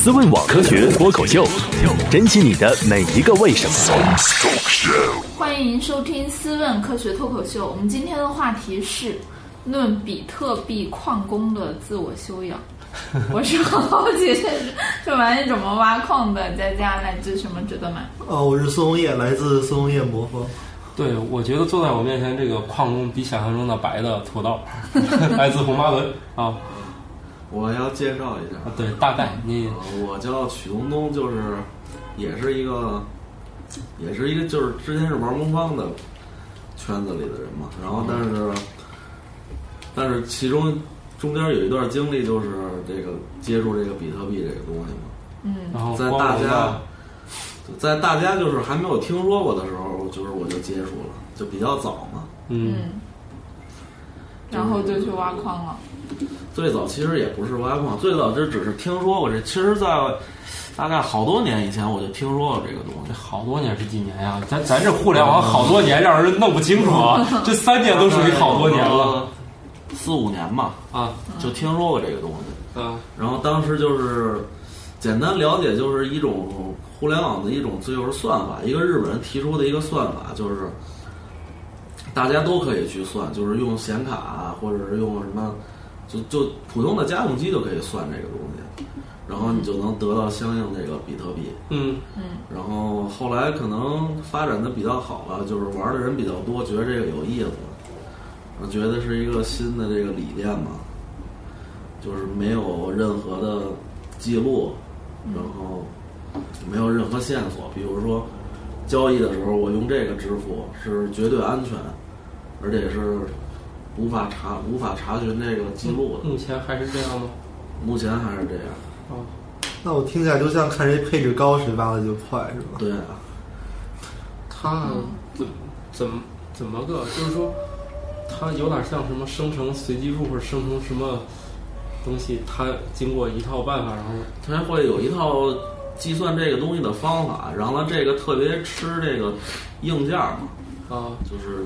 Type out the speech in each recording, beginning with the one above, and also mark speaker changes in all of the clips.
Speaker 1: 思问网科学脱口秀，珍惜你的每一个为什么。
Speaker 2: 欢迎您收听《思问科学脱口秀》，我们今天的话题是论比特币矿工的自我修养。 我是很好奇，这是这玩意怎么挖矿的？在家来自什么值得买？
Speaker 3: 啊，我是孙红叶，来自孙红叶魔方。
Speaker 4: 对，我觉得坐在我面前这个矿工比想象中的白的土豆，来自红巴伦啊
Speaker 5: 我要介绍一下，
Speaker 4: 啊，对，大概你
Speaker 5: 呃我叫曲东东，就是也是一个，也是一个，就是之前是玩魔方的圈子里的人嘛。然后，但是，但是其中中间有一段经历，就是这个接触这个比特币这个东西嘛，
Speaker 2: 嗯，
Speaker 4: 然后
Speaker 5: 在
Speaker 4: 光
Speaker 5: 大
Speaker 4: 荣
Speaker 5: 家
Speaker 4: 的
Speaker 5: 在大家就是还没有听说过的时候，就是我就接触了，就比较早嘛。
Speaker 4: 嗯
Speaker 2: 嗯，然后就去挖矿了。
Speaker 5: 最早其实也不是挖矿，最早就只是听说过这。其实，在大概好多年以前，我就听说过这个东西。
Speaker 4: 好多年是几年呀、咱咱这互联网好多年让人弄不清楚啊，这三年都属于好多年了，
Speaker 5: 四五年吧，
Speaker 4: 啊
Speaker 5: 就听说过这个东西。
Speaker 4: 啊
Speaker 5: 然后当时就是简单了解，就是一种互联网的一种就是算法，一个日本人提出的一个算法，就是大家都可以去算，就是用显卡啊，或者是用什么，就就普通的家用机就可以算这个东西，然后你就能得到相应这个比特币。
Speaker 4: 嗯
Speaker 5: 然后后来可能发展的比较好了，就是玩的人比较多，觉得这个有意思，我觉得是一个新的这个理念嘛，就是没有任何的记录，然后没有任何线索，比如说交易的时候我用这个支付是绝对安全，而且是无法查无法查询这个记录的，
Speaker 4: 目前还是这样吗？
Speaker 5: 目前还是这样。
Speaker 4: 啊，
Speaker 3: 那我听起来就像看谁配置高，谁挖的就快，是吧？
Speaker 5: 对啊，
Speaker 4: 他怎怎么怎么个，就是说，他有点像什么生成随机入或者生成什么东西，他经过一套办法，然后
Speaker 5: 它会有一套计算这个东西的方法，然后这个特别吃这个硬件儿嘛，
Speaker 4: 啊，
Speaker 5: 就是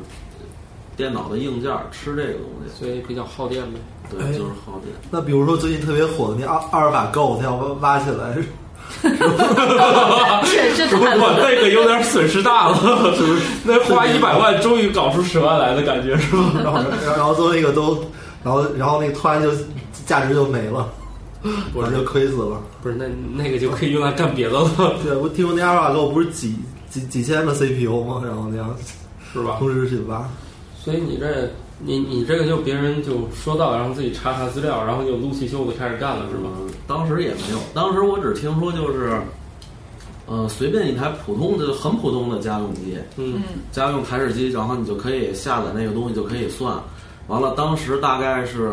Speaker 5: 电脑的硬件儿吃这个东西，
Speaker 4: 所以比较耗电呗。
Speaker 5: 对，
Speaker 3: 哎
Speaker 5: 就是耗电。
Speaker 3: 那比如说最近特别火的那阿阿尔法 Go，它要挖起来，
Speaker 2: 是是
Speaker 4: 不
Speaker 2: 他
Speaker 4: 过那个有点损失大了， 是不是？那花一百万终于搞出十万来的感觉是吧？
Speaker 3: 然 后然后然后最后那个都，然后然后那个突然就价值就没了，
Speaker 4: 不
Speaker 3: 我
Speaker 4: 是
Speaker 3: 就亏死了。
Speaker 4: 不是，那那个就可以用来干别的了，
Speaker 3: 对，我听说那阿尔法 Go 不是几几几千个 CPU 吗？然后那样
Speaker 4: 是 吧？
Speaker 3: 同时去挖，
Speaker 4: 所以你这你你这个就别人就说到，然后自己查查资料，然后就撸起袖子开始干了是吧？
Speaker 5: 当时也没有，当时我只听说就是，呃，随便一台普通的、很普通的家用机，
Speaker 4: 嗯
Speaker 5: 家用台式机，然后你就可以下载那个东西就可以算。完了，当时大概是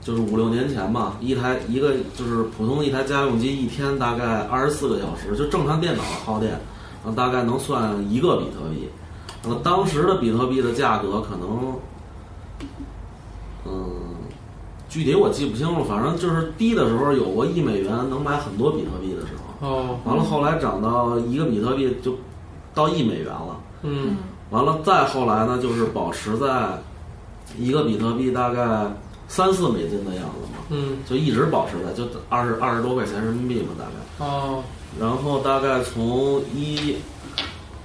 Speaker 5: 就是五六年前吧，一台一个就是普通一台家用机一天大概二十四个小时，就正常电脑耗电，然后大概能算一个比特币。那么当时的比特币的价格可能，嗯，具体我记不清楚，反正就是低的时候有过一美元能买很多比特币的时候，
Speaker 4: 哦
Speaker 5: 完了后来涨到一个比特币就到一美元了。
Speaker 4: 嗯
Speaker 2: 嗯
Speaker 5: 完了，再后来呢，就是保持在一个比特币大概三四美金的样子嘛，
Speaker 4: 嗯
Speaker 5: 就一直保持在就二十二十多块钱人民币嘛，大概。
Speaker 4: 哦
Speaker 5: 然后大概从一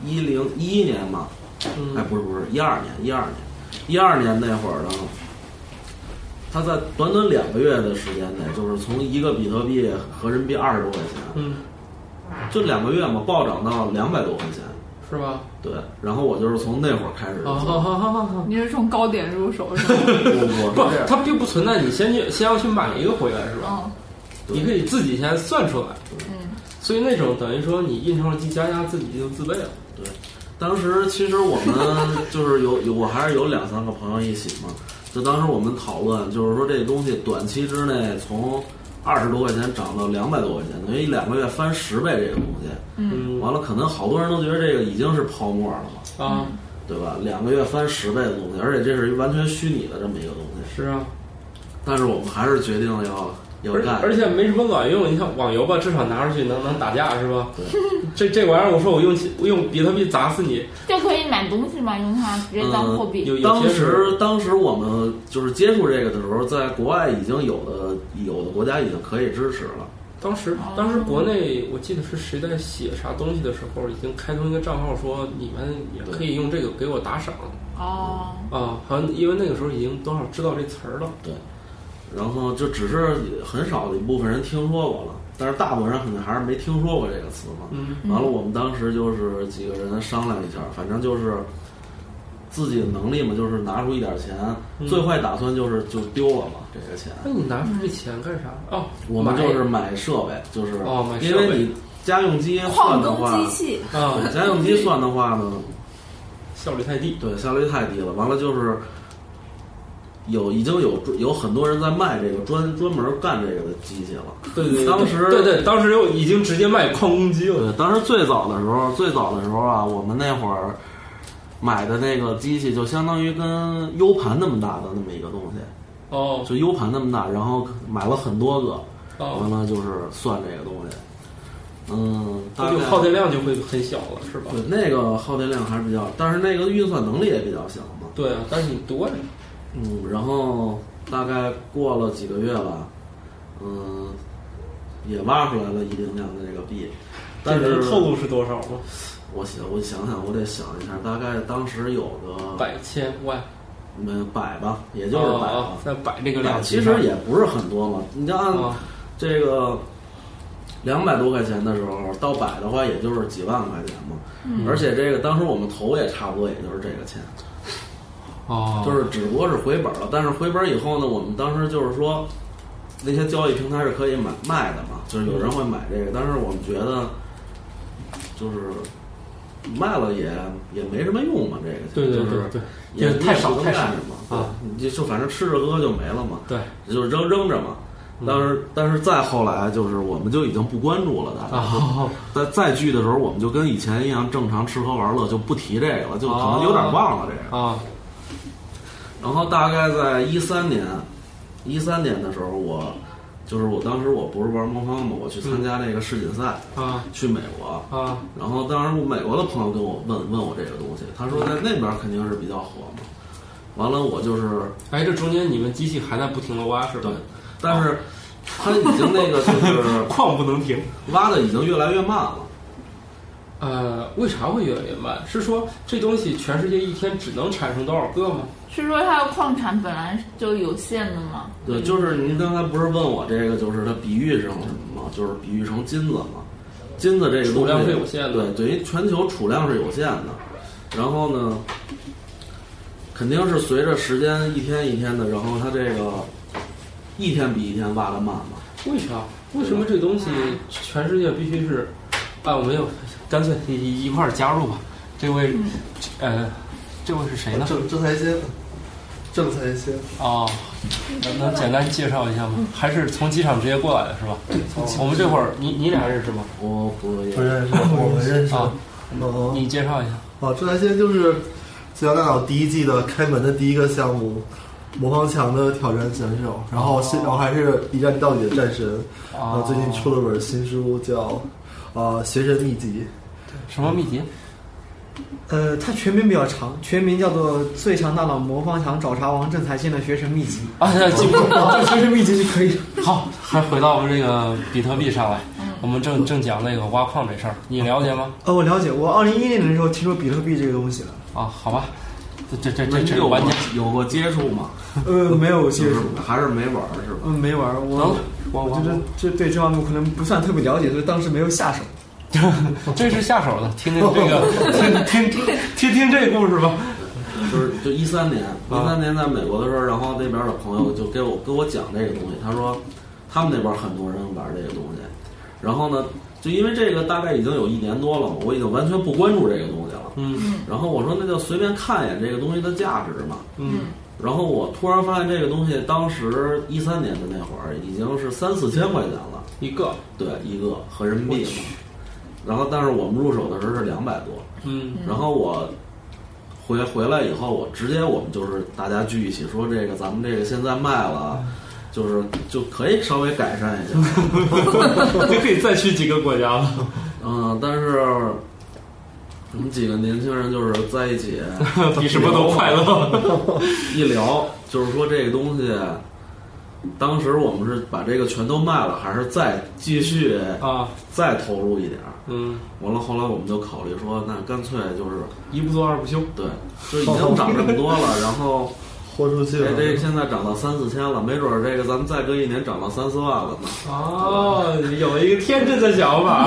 Speaker 5: 一零一一年嘛，哎，
Speaker 4: 嗯
Speaker 5: 不是不是，一二年，一二年，一二年那会儿呢，他在短短两个月的时间内，就是从一个比特币合人民币二十多块钱，
Speaker 4: 嗯
Speaker 5: 就两个月嘛，暴涨到两百多块钱。
Speaker 4: 是吧？
Speaker 5: 对，然后我就是从那会儿开始
Speaker 4: 哦
Speaker 5: 做，
Speaker 4: 好好好好好。
Speaker 2: 你是从高点入手是吗？
Speaker 5: 我
Speaker 4: 不
Speaker 5: 我是这样，
Speaker 4: 它并不存在你先去先要去买一个回来是吧？
Speaker 2: 嗯
Speaker 5: 对
Speaker 4: 你可以自己先算出来，
Speaker 2: 嗯
Speaker 4: 所以那种等于说你印钞机加加自己就自备了。
Speaker 5: 当时其实我们就是有 有，我还是有两三个朋友一起嘛。就当时我们讨论，就是说这东西短期之内从二十多块钱涨到两百多块钱，等于两个月翻十倍这个东西。
Speaker 2: 嗯
Speaker 4: 嗯
Speaker 5: 完了，可能好多人都觉得这个已经是泡沫了嘛，
Speaker 4: 啊，
Speaker 5: 对吧？两个月翻十倍的东西，而且这是一完全虚拟的这么一个东西。
Speaker 4: 是啊，
Speaker 5: 但是我们还是决定要要
Speaker 4: 而
Speaker 5: 干。
Speaker 4: 而且没什么卵用。你看网游吧，至少拿出去能能打架是吧？ 这这玩意儿，我说我用起我用比特币砸死你，
Speaker 2: 就可以买东西嘛，用它
Speaker 5: 嗯
Speaker 2: 直接当货币。
Speaker 4: 有有
Speaker 5: 当
Speaker 4: 些是
Speaker 5: 时当时我们就是接触这个的时候，在国外已经有的有的国家已经可以支持了，
Speaker 4: 当时当时国内我记得是谁在写啥东西的时候，已经开通一个账号说你们也可以用这个给我打赏
Speaker 2: 哦，
Speaker 4: 啊，好像因为那个时候已经多少知道这词儿了。
Speaker 5: 对，然后就只是很少的一部分人听说过了，但是大部分人可能还是没听说过这个词嘛。
Speaker 4: 嗯，
Speaker 5: 完了，我们当时就是几个人商量一下，反正就是自己的能力嘛，就是拿出一点钱，
Speaker 4: 嗯
Speaker 5: 最坏打算就是就丢了嘛，这个钱。
Speaker 4: 那你拿出这钱干啥？哦，
Speaker 5: 我们就是
Speaker 4: 买
Speaker 5: 买设备，就是
Speaker 4: 哦买
Speaker 5: 因
Speaker 4: 设备
Speaker 5: 为你家用机算
Speaker 2: 矿
Speaker 5: 的
Speaker 2: 工
Speaker 5: 话，
Speaker 2: 机器，
Speaker 4: 啊，
Speaker 5: 对家用机算的话呢，
Speaker 4: 效率太低。
Speaker 5: 对效率太低了。完了就是有已经有有很多人在卖这个专专门干这个的机器了。
Speaker 4: 对对，对
Speaker 5: 当时
Speaker 4: 对对，当时又已经直接卖矿工机了。
Speaker 5: 对，当时最早的时候，最早的时候啊，我们那会儿买的那个机器就相当于跟 U 盘那么大的那么一个东西，
Speaker 4: 哦
Speaker 5: 就 U 盘那么大，然后买了很多个，完
Speaker 4: 哦，
Speaker 5: 了就是算这个东西。嗯，大
Speaker 4: 那
Speaker 5: 概
Speaker 4: 就耗电量就会很小了，是吧
Speaker 5: 对？那个耗电量还是比较，但是那个运算能力也比较强嘛。
Speaker 4: 对啊，但是你多呀。
Speaker 5: 嗯，然后大概过了几个月吧，嗯，也挖出来了一定量的这个币，但
Speaker 4: 这
Speaker 5: 是
Speaker 4: 能透露是多少吗？
Speaker 5: 我想，我想想，我得想一下，大概当时有个
Speaker 4: 百千万，
Speaker 5: 嗯百吧，也就是百吧
Speaker 4: 哦，在百这个
Speaker 5: 百
Speaker 4: 量，
Speaker 5: 其实也不是很多嘛。哦你就按
Speaker 4: 啊，
Speaker 5: 这个两百多块钱的时候到百的话，也就是几万块钱嘛。而且这个当时我们投也差不多，也就是这个钱，
Speaker 4: 哦
Speaker 5: 就是只不过是回本了。但是回本以后呢，我们当时就是说，那些交易平台是可以买卖的嘛，
Speaker 4: 嗯
Speaker 5: 就是有人会买这个，但是我们觉得就是。卖了也也没什么用嘛，这个钱
Speaker 4: 对对
Speaker 5: 就是
Speaker 4: 对对
Speaker 5: 也
Speaker 4: 太少
Speaker 5: 不知
Speaker 4: 太
Speaker 5: 道
Speaker 4: 少
Speaker 5: 干什么
Speaker 4: 啊，
Speaker 5: 你就就反正吃着喝就没了嘛，
Speaker 4: 对
Speaker 5: 就扔扔着嘛。
Speaker 4: 嗯
Speaker 5: 但是但是再后来就是我们就已经不关注了，大家
Speaker 4: 啊，
Speaker 5: 在再聚的时候，我们就跟以前一样正常吃喝玩乐，就不提这个了，就可
Speaker 4: 哦
Speaker 5: 能有点忘了这个。
Speaker 4: 啊，
Speaker 5: 然后大概在一三年，一三年的时候我。就是我当时我不是玩魔方嘛，我去参加那个世锦赛，
Speaker 4: 啊
Speaker 5: 去美国，
Speaker 4: 啊，
Speaker 5: 然后当时我美国的朋友跟我问问我这个东西，他说在那边肯定是比较火嘛。完了我就是
Speaker 4: 哎，这中间你们机器还在不停的挖是吧
Speaker 5: 对？，但是他已经那个就是
Speaker 4: 矿不能停。
Speaker 5: 挖的已经越来越慢了。
Speaker 4: 呃，为啥会越来越慢？是说这东西全世界一天只能产生多少个吗？
Speaker 2: 是说它的矿产本来就有限的吗？
Speaker 4: 嗯
Speaker 5: 对，就是您刚才不是问我这个，就是它比喻成什么吗？就是比喻成金子嘛。金子这个东西
Speaker 4: 储量是有限的
Speaker 5: 对，等于全球储量是有限的。然后呢，肯定是随着时间一天一天的，然后它这个一天比一天挖的慢嘛。
Speaker 4: 为啥？为什么这东西全世界必须是？啊，我没有，干脆一一块儿加入吧。这位，呃，这位是谁呢？
Speaker 3: 正正财新，正财新，
Speaker 4: 哦，能能简单介绍一下吗？还是从机场直接过来的是吧？我们这会儿，你你俩认识吗？
Speaker 5: 我不
Speaker 3: 不认识， 我们认识。
Speaker 4: 啊，
Speaker 3: 哦
Speaker 4: 你介绍一下。
Speaker 3: 哦，正财新就是《最强大脑》第一季的开门的第一个项目，魔方墙的挑战选手，然
Speaker 6: 哦
Speaker 3: 后是，然后还是一战到底的战神，然
Speaker 4: 啊
Speaker 6: 啊
Speaker 3: 后最近出了本新书叫。呃，学神秘籍，
Speaker 4: 什么秘籍？
Speaker 6: 呃，它全名比较长，全名叫做《最强大脑魔方墙找茬王郑财新的学神秘籍
Speaker 4: 啊，记不住。》，
Speaker 6: 这学神秘籍 就可以了。
Speaker 4: 好，还回到我们这个比特币上来，我们正正讲那个挖矿这事儿，你了解吗？
Speaker 3: 哦
Speaker 6: 呃，我了解，我二零一零年的时候听说比特币这个东西 了，
Speaker 4: 啊，好吧，这这这这
Speaker 5: 这
Speaker 4: 这个玩家
Speaker 5: 有过接触吗？
Speaker 6: 呃，没有接
Speaker 5: 就是
Speaker 6: 触，
Speaker 5: 还是没玩儿是吧？
Speaker 6: 嗯，没玩儿，
Speaker 4: 能
Speaker 6: 我
Speaker 4: 我
Speaker 6: 我觉得这对这方面可能不算特别了解，所以当时没有下手。
Speaker 4: 我这是下手的，听听这个，听听听听这故事吧。
Speaker 5: 就是就一三年，一三年在美国的时候，然后那边的朋友就给我跟我讲这个东西，他说他们那边很多人玩这个东西，然后呢，就因为这个大概已经有一年多了嘛，我已经完全不关注这个东西了。
Speaker 4: 嗯
Speaker 5: 然后我说那就随便看一眼这个东西的价值嘛。
Speaker 4: 嗯，
Speaker 5: 然后我突然发现这个东西，当时一三年的那会儿已经是三四千块钱了，
Speaker 4: 一个，
Speaker 5: 对，一个合人民币嘛。然后但是我们入手的时候是两百多，
Speaker 4: 嗯
Speaker 5: 然后我回回来以后，我直接我们就是大家聚一起说这个咱们这个现在卖了，就是就可以稍微改善一下，
Speaker 4: 就可以再去几个国家了。
Speaker 5: 嗯，但是我们几个年轻人就是在一起
Speaker 4: 比什么都快乐。
Speaker 5: 一聊，就是说这个东西当时我们是把这个全都卖了，还是再继续
Speaker 4: 啊，
Speaker 5: 再投入一点儿？
Speaker 4: 嗯，
Speaker 5: 完了，后来我们就考虑说，那干脆就是
Speaker 4: 一不做二不休，
Speaker 5: 对，就已经涨这么多了，然后
Speaker 3: 豁出去
Speaker 5: 哎，这
Speaker 3: 了。
Speaker 5: 现在涨到三四千了，没准儿这个咱们再隔一年涨到三四万了呢。
Speaker 4: 哦，有一个天真的想法，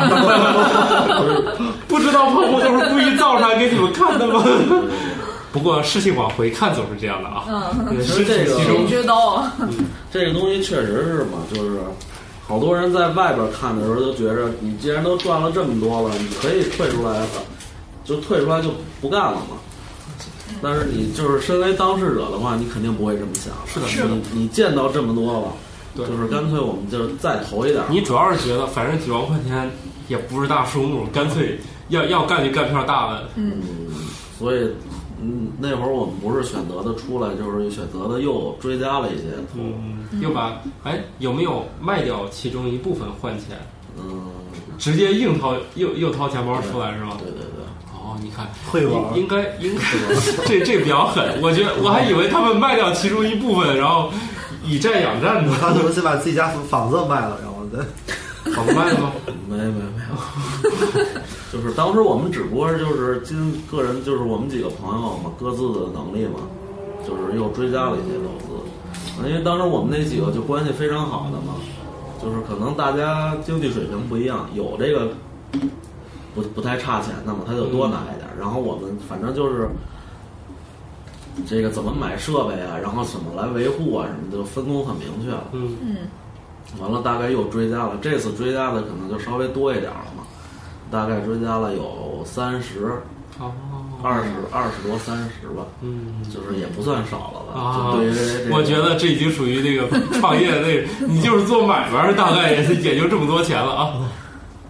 Speaker 4: 不知道泡沫都是故意造出来给你们看的吗？ 不过事情往回看总是这样的啊，
Speaker 2: 嗯，
Speaker 4: 也
Speaker 5: 其
Speaker 4: 是
Speaker 5: 实这个
Speaker 4: 其
Speaker 2: 谁
Speaker 4: 中
Speaker 2: 知道啊？
Speaker 5: 这个东西确实是嘛，就是好多人在外边看的时候都觉着，你既然都赚了这么多了，你可以退出来了，就退出来就不干了嘛。但是你就是身为当事者的话，你肯定不会这么想。
Speaker 4: 是的
Speaker 2: 是的
Speaker 5: 你你见到这么多了，
Speaker 4: 对
Speaker 5: 就是干脆我们就再投一点儿。
Speaker 4: 你主要是觉得反正九万块钱也不是大数目，干脆要要干就干票大了，
Speaker 5: 所以，嗯，那会儿我们不是选择的出来，就是选择的又追加了一些投。
Speaker 4: 嗯，又把哎有没有卖掉其中一部分换钱，
Speaker 5: 嗯，
Speaker 4: 直接硬掏又又掏钱包出来是吗？
Speaker 5: 对对对，
Speaker 4: 哦，你看，
Speaker 3: 会玩
Speaker 4: 应应该应该， 这这比较狠。我觉得我还以为他们卖掉其中一部分，然后以债养战呢。
Speaker 3: 他可能先把自己家房子卖了，然后再
Speaker 4: 好卖吗？
Speaker 5: 没没没有， 就是当时我们只不过就是经个人，就是我们几个朋友嘛，各自的能力嘛，就是又追加了一些投资。因为当时我们那几个就关系非常好的嘛，就是可能大家经济水平不一样，有这个不不太差钱的嘛，他就多拿一点儿。然后我们反正就是这个怎么买设备啊，然后怎么来维护啊什么的，就分工很明确了。
Speaker 4: 嗯，
Speaker 2: 嗯
Speaker 5: 完了大概又追加了，这次追加的可能就稍微多一点了嘛，大概追加了有三十、
Speaker 4: 哦，
Speaker 5: 二十、二十多、三十吧，
Speaker 4: 嗯。
Speaker 5: 就是也不算少了吧。
Speaker 4: 啊
Speaker 5: 就对于这，个
Speaker 4: 我觉得这已经属于 那个创业那个，你就是做买卖儿，大概也是也就这么多钱了啊。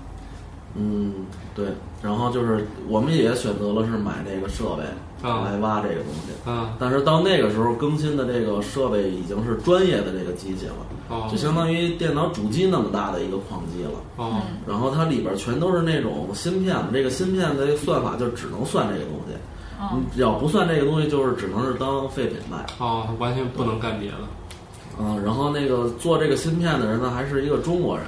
Speaker 5: 嗯，对。然后就是我们也选择了是买这个设备、
Speaker 4: 啊
Speaker 5: 来挖这个东西，
Speaker 4: 啊，
Speaker 5: 但是到那个时候更新的这个设备已经是专业的这个机器了，
Speaker 4: 哦
Speaker 5: 就相当于电脑主机那么大的一个矿机了。
Speaker 4: 哦，
Speaker 5: 然后它里边全都是那种芯片，这个芯片的算法就只能算这个东西，
Speaker 2: 嗯
Speaker 5: 你只要不算这个东西，就是只能是当废品卖。
Speaker 4: 哦，完全不能干别的。
Speaker 5: 嗯，然后那个做这个芯片的人呢，还是一个中 国人，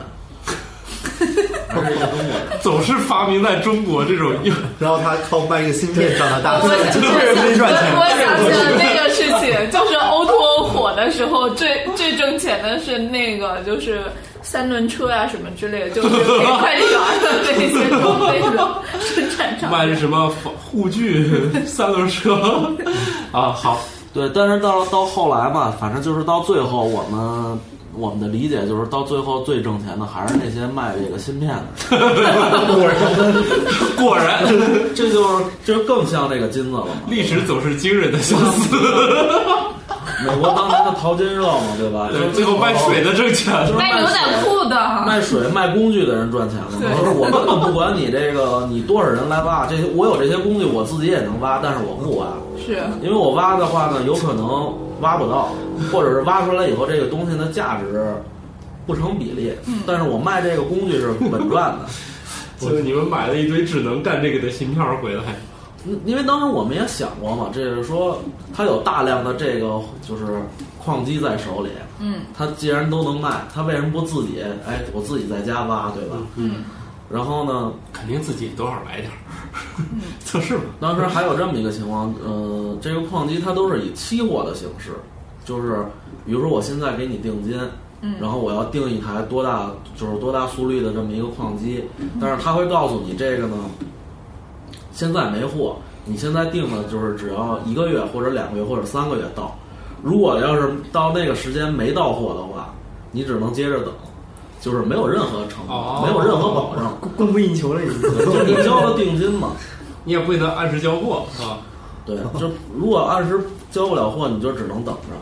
Speaker 5: 还是一个中国人。
Speaker 4: 总是发明在中国这种又
Speaker 3: 然后他靠卖一个芯片长大，
Speaker 2: 我想
Speaker 3: 这个没赚钱。
Speaker 2: 我想起了那个事情，就是 O to O 火的时候，最最挣钱的是那个就是三轮车啊什么之类的，就是给快递员的那些那种生产厂。
Speaker 4: 卖什么防护具、 三轮车啊，好，
Speaker 5: 对，但是到到后来嘛，反正就是到最后，我们我们的理解就是到最后最挣钱的还是那些卖这个芯片的，
Speaker 4: 果然
Speaker 5: 这就是这更像这个金子了嘛。
Speaker 4: 历史总是惊人的相 似。
Speaker 5: 美国当年的淘金热嘛，对吧？就是
Speaker 4: 对，最后卖水的挣钱
Speaker 5: 就是
Speaker 4: 了。
Speaker 2: 卖牛仔裤的，
Speaker 5: 卖水卖工具的人赚钱了吗？
Speaker 2: 啊对
Speaker 5: 就是我根本不管你这个你多少人来挖，这些我有这些工具我自己也能挖，但是我不挖，
Speaker 2: 是
Speaker 5: 因为我挖的话呢，有可能挖不到，或者是挖出来以后这个东西的价值不成比例。但是我卖这个工具是稳赚的，
Speaker 4: 就是你们买了一堆只能干这个的芯片回来，
Speaker 5: 嗯因为当时我们也想过嘛，这是说它有大量的这个就是矿机在手里，
Speaker 2: 嗯，
Speaker 5: 它既然都能卖，它为什么不自己？哎，我自己在家挖，对吧？
Speaker 2: 嗯，
Speaker 5: 然后呢，
Speaker 4: 肯定自己多少来点儿，测试嘛。
Speaker 5: 当时还有这么一个情况，呃，这个矿机它都是以期货的形式，就是比如说我现在给你定金，
Speaker 2: 嗯
Speaker 5: 然后我要定一台多大就是多大速率的这么一个矿机，但是它会告诉你这个呢，现在没货，你现在定的就是只要一个月或者两个月或者三个月到，如果要是到那个时间没到货的话，你只能接着等，就是没有任何承诺，
Speaker 4: 哦
Speaker 5: 没有任何保证，
Speaker 6: 供 供不应求了已经。
Speaker 5: 就是你交了定金嘛。
Speaker 4: 你也不能按时交货啊。
Speaker 5: 对，就如果按时交不了货，你就只能等着。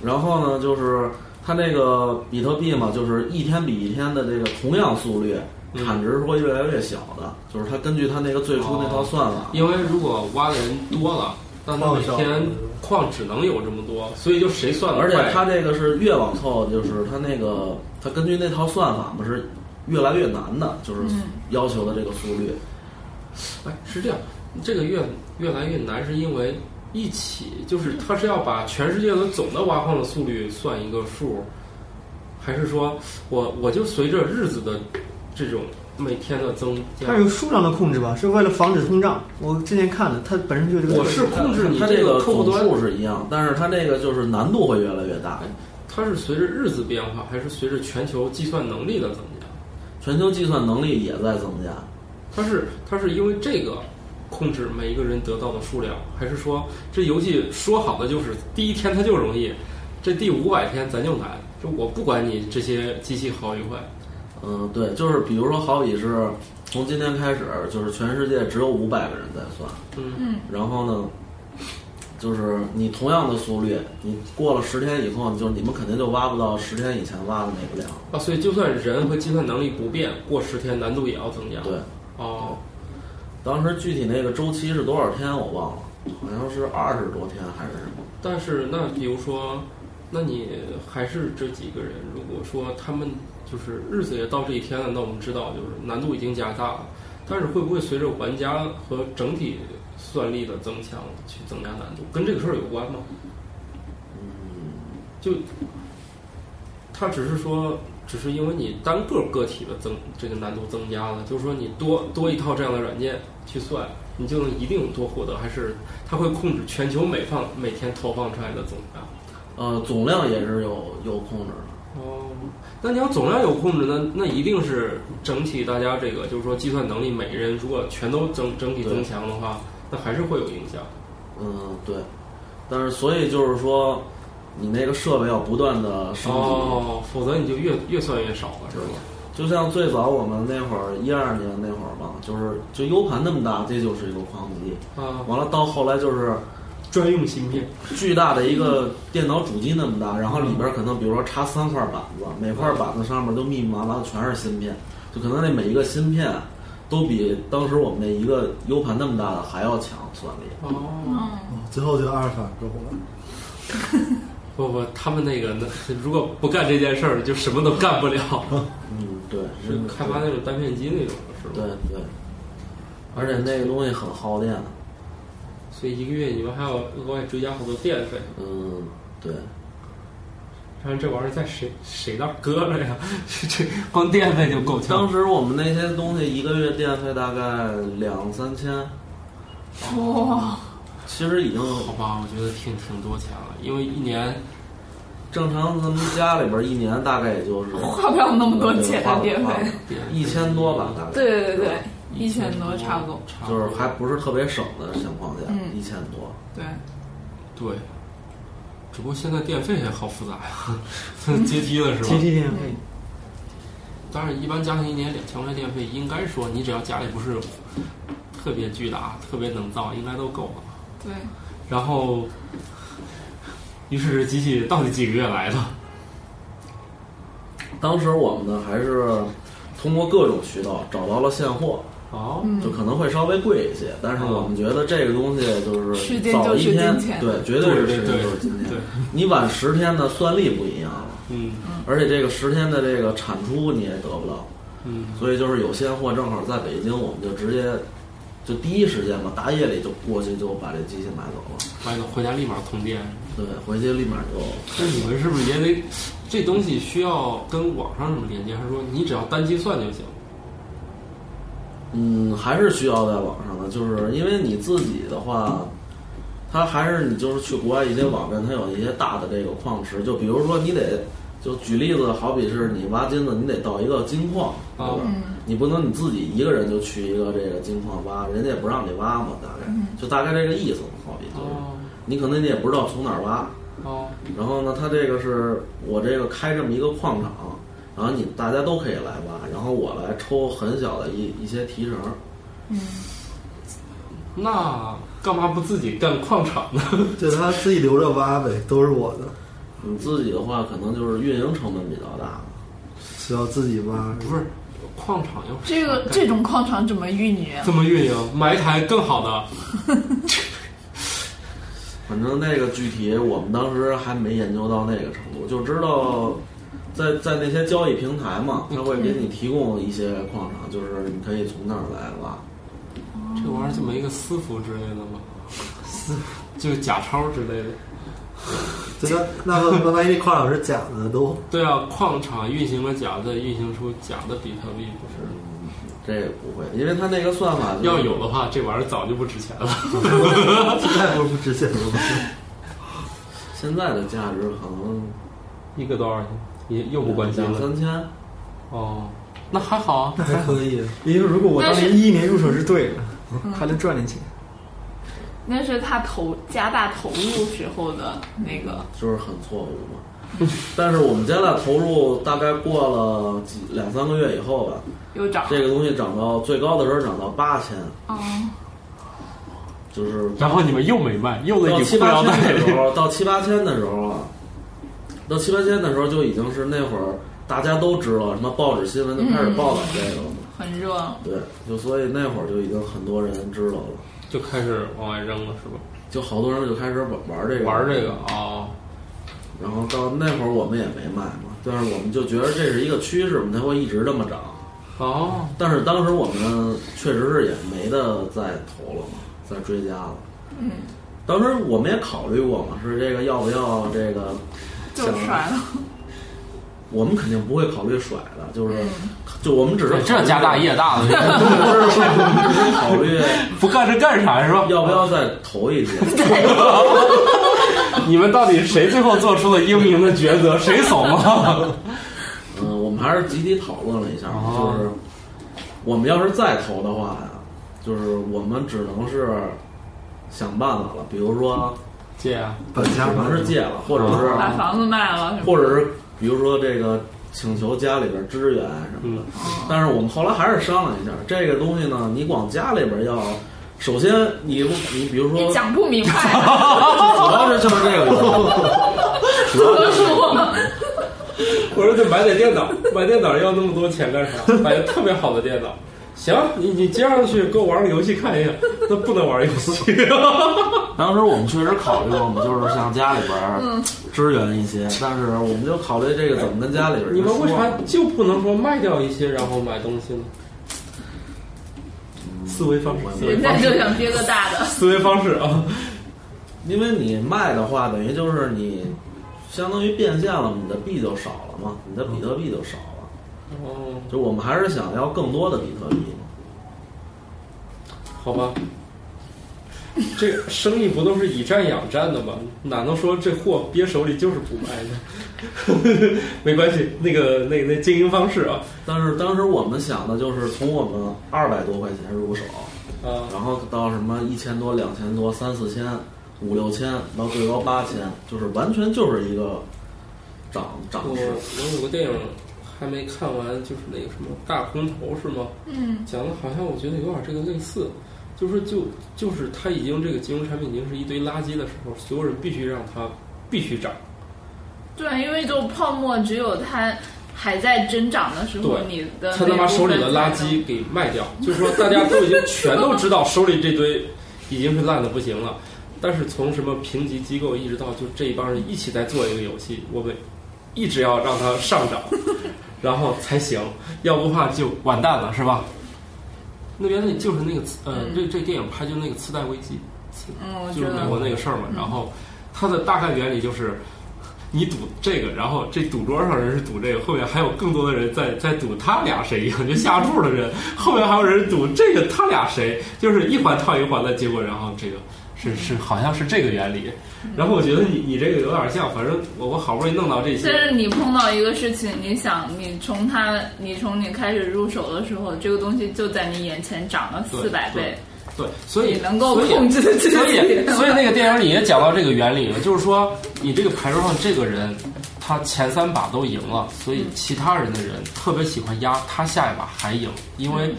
Speaker 5: 然后呢，就是它那个比特币嘛，就是一天比一天的这个同样速率，
Speaker 4: 嗯
Speaker 5: 产值是会越来越小的。就是它根据它那个最初那套算法，
Speaker 4: 哦因为如果挖的人多了，那他每天矿只能有这么多，所以就谁算的
Speaker 5: 而且它这个是越往后，就是它那个它根据那套算法嘛是越来越难的，就是
Speaker 2: 嗯
Speaker 5: 要求的这个速率。
Speaker 4: 哎是这样，这个越越来越难，是因为一起，就是它是要把全世界的总的挖矿的速率算一个数，还是说我我就随着日子的这种每天的增加
Speaker 6: 它？是有数量的控制吧，是为了防止通胀。我之前看了，它本身就这个。
Speaker 4: 我是控制你
Speaker 5: 它这
Speaker 4: 个客户
Speaker 5: 总
Speaker 4: 端，哎
Speaker 5: 数是一样，但是它这个就是难度会越来越大。
Speaker 4: 它是随着日子变化，还是随着全球计算能力的增加？
Speaker 5: 全球计算能力也在增加，
Speaker 4: 它是它是因为这个控制每一个人得到的数量，还是说这游戏说好的就是第一天它就容易，这第五百天咱就难？就我不管你这些机器好与坏，
Speaker 5: 嗯，对，就是比如说，好比是从今天开始，就是全世界只有五百个人在算，
Speaker 4: 嗯
Speaker 2: 嗯
Speaker 5: 然后呢，就是你同样的速率，你过了十天以后，你就你们肯定就挖不到十天以前挖的那个量。
Speaker 4: 啊，所以就算人和计算能力不变，过十天难度也要增加。
Speaker 5: 对，
Speaker 4: 哦，
Speaker 5: 当时具体那个周期是多少天我忘了，好像是二十多天还是什么。
Speaker 4: 但是那比如说，那你还是这几个人，如果说他们就是日子也到这一天了，那我们知道就是难度已经加大了，但是会不会随着玩家和整体算力的增强去增加难度，跟这个事儿有关吗？就他只是说，只是因为你单个个体的增这个难度增加了，就是说你多多一套这样的软件去算，你就能一定多获得，还是它会控制全球每放每天投放出来的总量？
Speaker 5: 呃，总量也是有有控制的。
Speaker 4: 哦，那你要总量有控制呢，那一定是整体大家这个就是说计算能力，每个人如果全都整整体增强的话，那还是会有影响。
Speaker 5: 嗯，对。但是所以就是说，你那个设备要不断的升级。
Speaker 4: 哦，否则你就越越算越少了，是吧？
Speaker 5: 就像最早我们那会儿一二年那会儿吧，就是就 U 盘那么大，这就是一个矿机。
Speaker 4: 啊，
Speaker 5: 完了到后来就是
Speaker 4: 专用芯片，
Speaker 5: 巨大的一个电脑主机那么大，然后里边可能比如说插三块板子，每块板子上面都密密麻麻的全是芯片，就可能那每一个芯片都比当时我们那一个 U 盘那么大的还要强算力。
Speaker 4: 哦，
Speaker 2: 嗯，
Speaker 3: 哦最后就阿尔法过了。
Speaker 4: 不不，他们那个，那如果不干这件事儿，就什么都干不了。
Speaker 5: 嗯，对，
Speaker 4: 是开发那种单片机那种，是吧？
Speaker 5: 对对，而且那个东西很耗电。
Speaker 4: 所以一个月你们还要额外追加好多电费，
Speaker 5: 嗯，对。
Speaker 4: 然后这玩意儿在谁谁那儿搁着 呀？这光电费就够呛
Speaker 5: 当。时我们那些东西一个月电费大概两三千，
Speaker 2: 哇，
Speaker 5: 其实已经
Speaker 4: 好吧，我觉得挺挺多钱了，因为一年
Speaker 5: 正常，咱们家里边一年大概也就是呃
Speaker 2: 花不了那么多钱
Speaker 5: 花
Speaker 2: 啊
Speaker 5: 不
Speaker 2: 电
Speaker 5: 花
Speaker 2: 费。
Speaker 5: 不一千多吧，大概
Speaker 2: 对对对对，一千多差不多。
Speaker 4: 差不
Speaker 5: 就
Speaker 4: 多
Speaker 5: 是还不是特别省的情况下，
Speaker 2: 嗯
Speaker 5: 一千多。
Speaker 2: 对，
Speaker 4: 对。只不过现在电费也好复杂呀， 阶梯了是吧？
Speaker 6: 阶梯电费，
Speaker 4: 当然，一般家庭一年两千块钱电费，应该说你只要家里不是特别巨大、特别能造，应该都够了。
Speaker 2: 对，
Speaker 4: 然后，于是机器到底几个月来的？
Speaker 5: 当时我们呢还是通过各种渠道找到了现货，
Speaker 4: 哦，
Speaker 5: 就
Speaker 2: 嗯，
Speaker 5: 可能会稍微贵一些，但是
Speaker 4: 嗯
Speaker 5: 我们觉得这个东西就是
Speaker 2: 时间
Speaker 5: 早
Speaker 2: 就是
Speaker 5: 一天
Speaker 2: 金，钱
Speaker 5: 对，绝对是
Speaker 4: 对
Speaker 5: 时
Speaker 4: 对
Speaker 5: 间就是金钱
Speaker 4: 对。
Speaker 5: 你晚十天呢，算力不一样了，
Speaker 4: 嗯
Speaker 5: 而且这个十天的这个产出你也得不到。
Speaker 4: 嗯，
Speaker 5: 所以就是有现货正好在北京，我们就直接就第一时间吧，大夜里就过去就把这机器买走了。
Speaker 4: 买个回家立马通电。
Speaker 5: 对，回去立马就
Speaker 4: 那你们是不是也得？这东西需要跟网上什么连接，还是说你只要单机算就行？
Speaker 5: 嗯，还是需要在网上的，就是因为你自己的话，它还是你就是去国外一些网站，它有一些大的这个矿池，就比如说你得就举例子，好比是你挖金子，你得到一个金矿，对吧？
Speaker 4: 啊
Speaker 5: 你不能你自己一个人就去一个这个金矿挖，人家也不让你挖嘛，大概就大概这个意思，好比就是你可能你也不知道从哪儿挖，
Speaker 4: 哦，
Speaker 5: 然后呢，它这个是我这个开这么一个矿场，然后你大家都可以来挖，然后我来抽很小的一一些提成。
Speaker 4: 那干嘛不自己干矿场呢？
Speaker 3: 就他自己留着挖呗，都是我的，
Speaker 5: 你自己的话，可能就是运营成本比较大。
Speaker 3: 需要自己挖。
Speaker 4: 不是，矿场要是
Speaker 2: 这个这种矿场怎么运营啊？
Speaker 4: 这么运营，买一台更好的。
Speaker 5: 反正那个具体我们当时还没研究到那个程度，就知道在在那些交易平台嘛，
Speaker 4: 嗯
Speaker 5: 它会给你提供一些矿场，就是你可以从那儿来挖。
Speaker 4: 这玩意儿就没个私服之类的吗？私服 就假钞之类的。
Speaker 3: 对，那那那万一这矿场是假的都，
Speaker 4: 对啊，矿场运行了假的，运行出假的比特币，不是？
Speaker 5: 这个不会，因为它那个算法就是
Speaker 4: 要有的话，这玩意儿早就不值钱了。
Speaker 3: 现在不是不值钱了吗？
Speaker 5: 现在的价值可能
Speaker 4: 一个多少钱？也又不关心
Speaker 5: 两
Speaker 4: 了。
Speaker 5: 三千，
Speaker 4: 哦，那还好啊。
Speaker 3: 还可以，
Speaker 6: 也就是如果我当年一一年入手是对的，还能赚点钱。
Speaker 2: 那是他投加大投入时候的那个，
Speaker 5: 就是很错误嘛。但是我们加大投入，大概过了几两三个月以后吧，
Speaker 2: 又涨。
Speaker 5: 这个东西涨到最高的时候涨到八千，
Speaker 2: 嗯，
Speaker 5: 就是
Speaker 4: 然后你们又没卖，又
Speaker 5: 到
Speaker 4: 得
Speaker 5: 七
Speaker 4: 你裤
Speaker 5: 八
Speaker 4: 腰带
Speaker 5: 千的时候，到七八千的时候啊，到七八千的时候就已经是那会儿大家都知道，什么报纸新闻就开始报道这个了嘛。
Speaker 2: 很热。
Speaker 5: 对，就所以那会儿就已经很多人知道了，
Speaker 4: 就开始往外扔了，是吧？
Speaker 5: 就好多人就开始玩玩这个
Speaker 4: 玩这个啊、哦，
Speaker 5: 然后到那会儿我们也没卖嘛，但是我们就觉得这是一个趋势，我们才会一直这么涨。
Speaker 4: 哦，
Speaker 5: 但是当时我们确实是也没得再投了嘛，再追加了。
Speaker 2: 嗯，
Speaker 5: 当时我们也考虑过嘛，是这个要不要这个
Speaker 2: 就甩了。
Speaker 5: 我们肯定不会考虑甩的，就是
Speaker 2: 嗯
Speaker 5: 就我们只是
Speaker 4: 这家大业大的，
Speaker 5: 不是不是，我们只是考虑
Speaker 4: 不干是干啥是吧？
Speaker 5: 要不要再投 一些。
Speaker 4: 你们到底谁最后做出了英明的抉择？谁怂了？
Speaker 5: 嗯，我们还是集体讨论了一下，
Speaker 4: 哦
Speaker 5: 就是我们要是再投的话呀，就是我们只能是想办法了，比如说
Speaker 4: 姐，啊
Speaker 3: 本
Speaker 5: 只
Speaker 3: 家嘛
Speaker 5: 能是借了，或者是、
Speaker 2: 把房子卖了什么？
Speaker 5: 或者是比如说这个请求家里边支援什么的。
Speaker 4: 嗯
Speaker 5: 但是我们后来还是商量一下，这个东西呢，你光家里边要，首先你你比如
Speaker 4: 嗯
Speaker 5: 说
Speaker 2: 你，讲不明白，
Speaker 5: 主要是就是这个，主要
Speaker 2: 都
Speaker 5: 就是是
Speaker 2: 我。
Speaker 4: 嗯我说这买点电 脑，买电脑要那么多钱干啥？买个特别好的电脑。行，你你接上去给我玩个游戏看一下，那不能玩游 戏。
Speaker 5: 当时我们确实考虑过，我们就是向家里边儿支援一些，但是我们就考虑这个怎么跟家里边儿
Speaker 4: 你们
Speaker 5: 说
Speaker 4: 为啥就不能说卖掉一些然后买东西呢？思维方式，思维
Speaker 2: 人家
Speaker 4: 方
Speaker 2: 就
Speaker 4: 式，
Speaker 2: 想憋个大的。
Speaker 4: 思维方式啊！
Speaker 5: 因为你卖的话，等于就是你相当于变现了，你的币就少了嘛，你的比特币就少了。
Speaker 4: 哦，
Speaker 5: 就我们还是想要更多的比特币嘛。
Speaker 4: 好吧，这个生意不都是以战养战的吗？哪能说这货憋手里就是不卖呢？ 没关系，那个那那经营方式啊
Speaker 5: 但是当时我们想的就是从我们二百多块钱入手，
Speaker 4: 啊，
Speaker 5: 然后到什么一千多、两千多、三四千、五六千，到最高八千，就是完全就是一个涨涨
Speaker 4: 我
Speaker 5: 势。
Speaker 4: 我有个电影还没看完，就是那个什么大空头是吗？
Speaker 2: 嗯，
Speaker 4: 讲的好像我觉得有点这个类似，就是就就是它已经这个金融产品已经是一堆垃圾的时候，所有人必须让它必须涨。
Speaker 2: 对，因为就泡沫，只有它还在增长的时候，
Speaker 4: 对
Speaker 2: 你的
Speaker 4: 他能把手里的垃圾给卖掉，就是说大家都已经全都知道手里这堆已经是烂的不行了，但是从什么评级机构一直到就这一帮人一起在做一个游戏，我们一直要让它上涨，然后才行，要不怕就完蛋了，是吧？那边那就是那个磁呃，这这电影拍就那个次贷危机，次
Speaker 2: 嗯，我
Speaker 4: 就
Speaker 2: 觉
Speaker 4: 是美
Speaker 2: 得
Speaker 4: 国那个事儿嘛。然后它的大概原理就是，你赌这个，然后这赌桌上人是赌这个，后面还有更多的人在在赌他俩谁赢，就下注的 人，后面还有人赌这个他俩谁，就是一环套一环的结果。然后这个是是好像是这个原理。
Speaker 2: 嗯
Speaker 4: 然后我觉得你你这个有点像，反正我我好不容易弄到这
Speaker 2: 但
Speaker 4: 些，
Speaker 2: 是你碰到一个事情，你想，你从它，你从你开始入手的时候，这个东西就在你眼前涨了
Speaker 4: 对
Speaker 2: 四百倍，
Speaker 4: 对，所以
Speaker 2: 你能够
Speaker 4: 所以
Speaker 2: 控制自己。
Speaker 4: 所 以，所以那个电影里也讲到这个原理了，就是说，你这个牌桌上这个人，他前三把都赢了，所以其他人的人特别喜欢压他下一把还赢，因为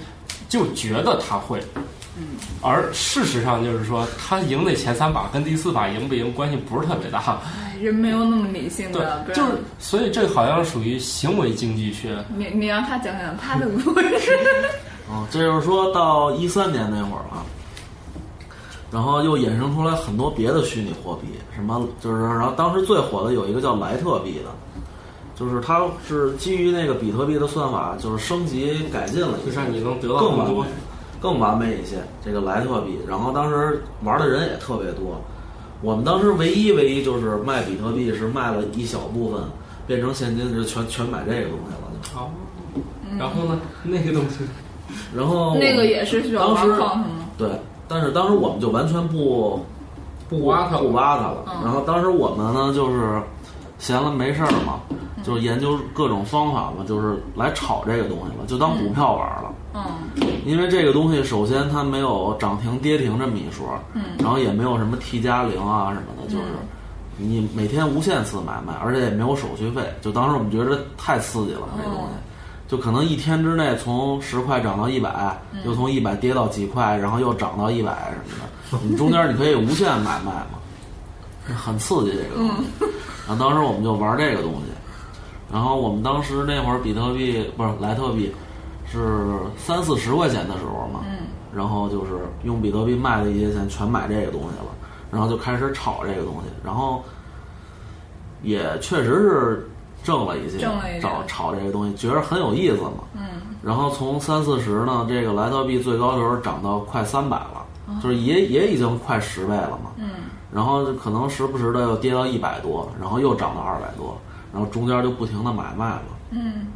Speaker 4: 就觉得他会。
Speaker 2: 嗯
Speaker 4: 而事实上就是说，他赢那前三把跟第四把赢不赢关系不是特别大。
Speaker 2: 哎 人没有那么理性
Speaker 4: 对
Speaker 2: 的，，不
Speaker 4: 就是
Speaker 2: 然
Speaker 4: 所以这好像属于行为经济学。
Speaker 2: 你你让他讲讲他的故事。
Speaker 5: 啊，这就是说到一三年那会儿啊，然后又衍生出来很多别的虚拟货币，什么就是，然后当时最火的有一个叫莱特币的，就是它是基于那个比特币的算法，就是升级改进了一
Speaker 4: 就
Speaker 5: 下，
Speaker 4: 像你能得到
Speaker 5: 更
Speaker 4: 更
Speaker 5: 完
Speaker 4: 多
Speaker 5: 美，更完美一些这个莱特币。然后当时玩的人也特别多，我们当时唯一唯一就是卖比特币是卖了一小部分，变成现金是全全买这个东西了。就
Speaker 4: 好，
Speaker 2: 嗯
Speaker 4: 然后呢，那个东西，
Speaker 5: 然后
Speaker 4: 哦
Speaker 5: 我
Speaker 2: 那个也是需要挖矿是吗？
Speaker 5: 对，但是当时我们就完全不
Speaker 4: 不挖它了
Speaker 5: 不挖它了。
Speaker 2: 嗯
Speaker 5: 然后当时我们呢就是闲了没事儿嘛，就是研究各种方法嘛，就是来炒这个东西了，就当股票玩了。
Speaker 2: 嗯
Speaker 5: 因为这个东西，首先它没有涨停跌停这么一说，
Speaker 2: 嗯
Speaker 5: 然后也没有什么 T 加零啊什么的，就是
Speaker 2: 嗯
Speaker 5: 你每天无限次买卖，而且也没有手续费。就当时我们觉得太刺激了，这东西，
Speaker 2: 嗯
Speaker 5: 就可能一天之内从十块涨到一百，
Speaker 2: 嗯
Speaker 5: 又从一百跌到几块，然后又涨到一百什么的，你中间你可以无限买卖嘛，很刺激这个
Speaker 2: 嗯
Speaker 5: 东西。然后当时我们就玩这个东西，然后我们当时那会儿比特币不是莱特币是三四十块钱的时候嘛，
Speaker 2: 嗯
Speaker 5: 然后就是用比特币卖的一些钱全买这个东西了，然后就开始炒这个东西，然后也确实是挣了一些，
Speaker 2: 挣了一点
Speaker 5: 炒炒这个东西觉得很有意思嘛。
Speaker 2: 嗯
Speaker 5: 然后从三四十呢，这个莱特币最高的时候涨到快三百了，
Speaker 2: 哦
Speaker 5: 就是也也已经快十倍了嘛。
Speaker 2: 嗯
Speaker 5: 然后可能时不时的又跌到一百多，然后又涨到二百多，然后中间就不停的买卖了。
Speaker 2: 嗯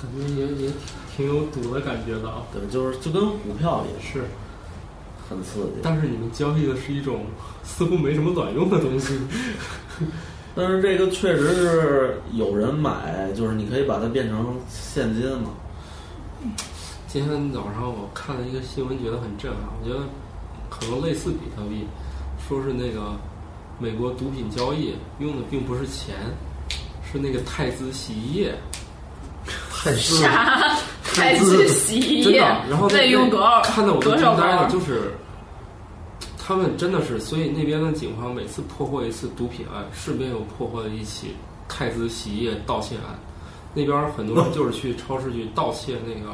Speaker 4: 感觉也也挺挺有赌的感觉的啊。
Speaker 5: 对，就是就跟股票也是
Speaker 4: 是，
Speaker 5: 很刺激。
Speaker 4: 但是你们交易的是一种似乎没什么卵用的东西。
Speaker 5: 但是这个确实是有人买，就是你可以把它变成现金嘛。
Speaker 4: 今天早上我看了一个新闻，觉得很震撼。我觉得可能类似比特币，说是那个美国毒品交易用的并不是钱，是那个泰兹洗衣液。
Speaker 3: 太 是
Speaker 6: 啊
Speaker 2: 啥？开始洗衣
Speaker 4: 真
Speaker 2: 液
Speaker 4: 的，然后，那
Speaker 2: 内用多少？
Speaker 4: 看得我都
Speaker 2: 多
Speaker 4: 惊
Speaker 2: 少
Speaker 4: 呆
Speaker 2: 包
Speaker 4: 了，？就是他们真的是，所以那边的警方每次破获一次毒品案，顺便又破获了一起泰资洗衣液盗窃案。那边很多人就是去超市去盗窃那个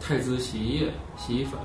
Speaker 4: 泰资洗衣液、洗衣粉，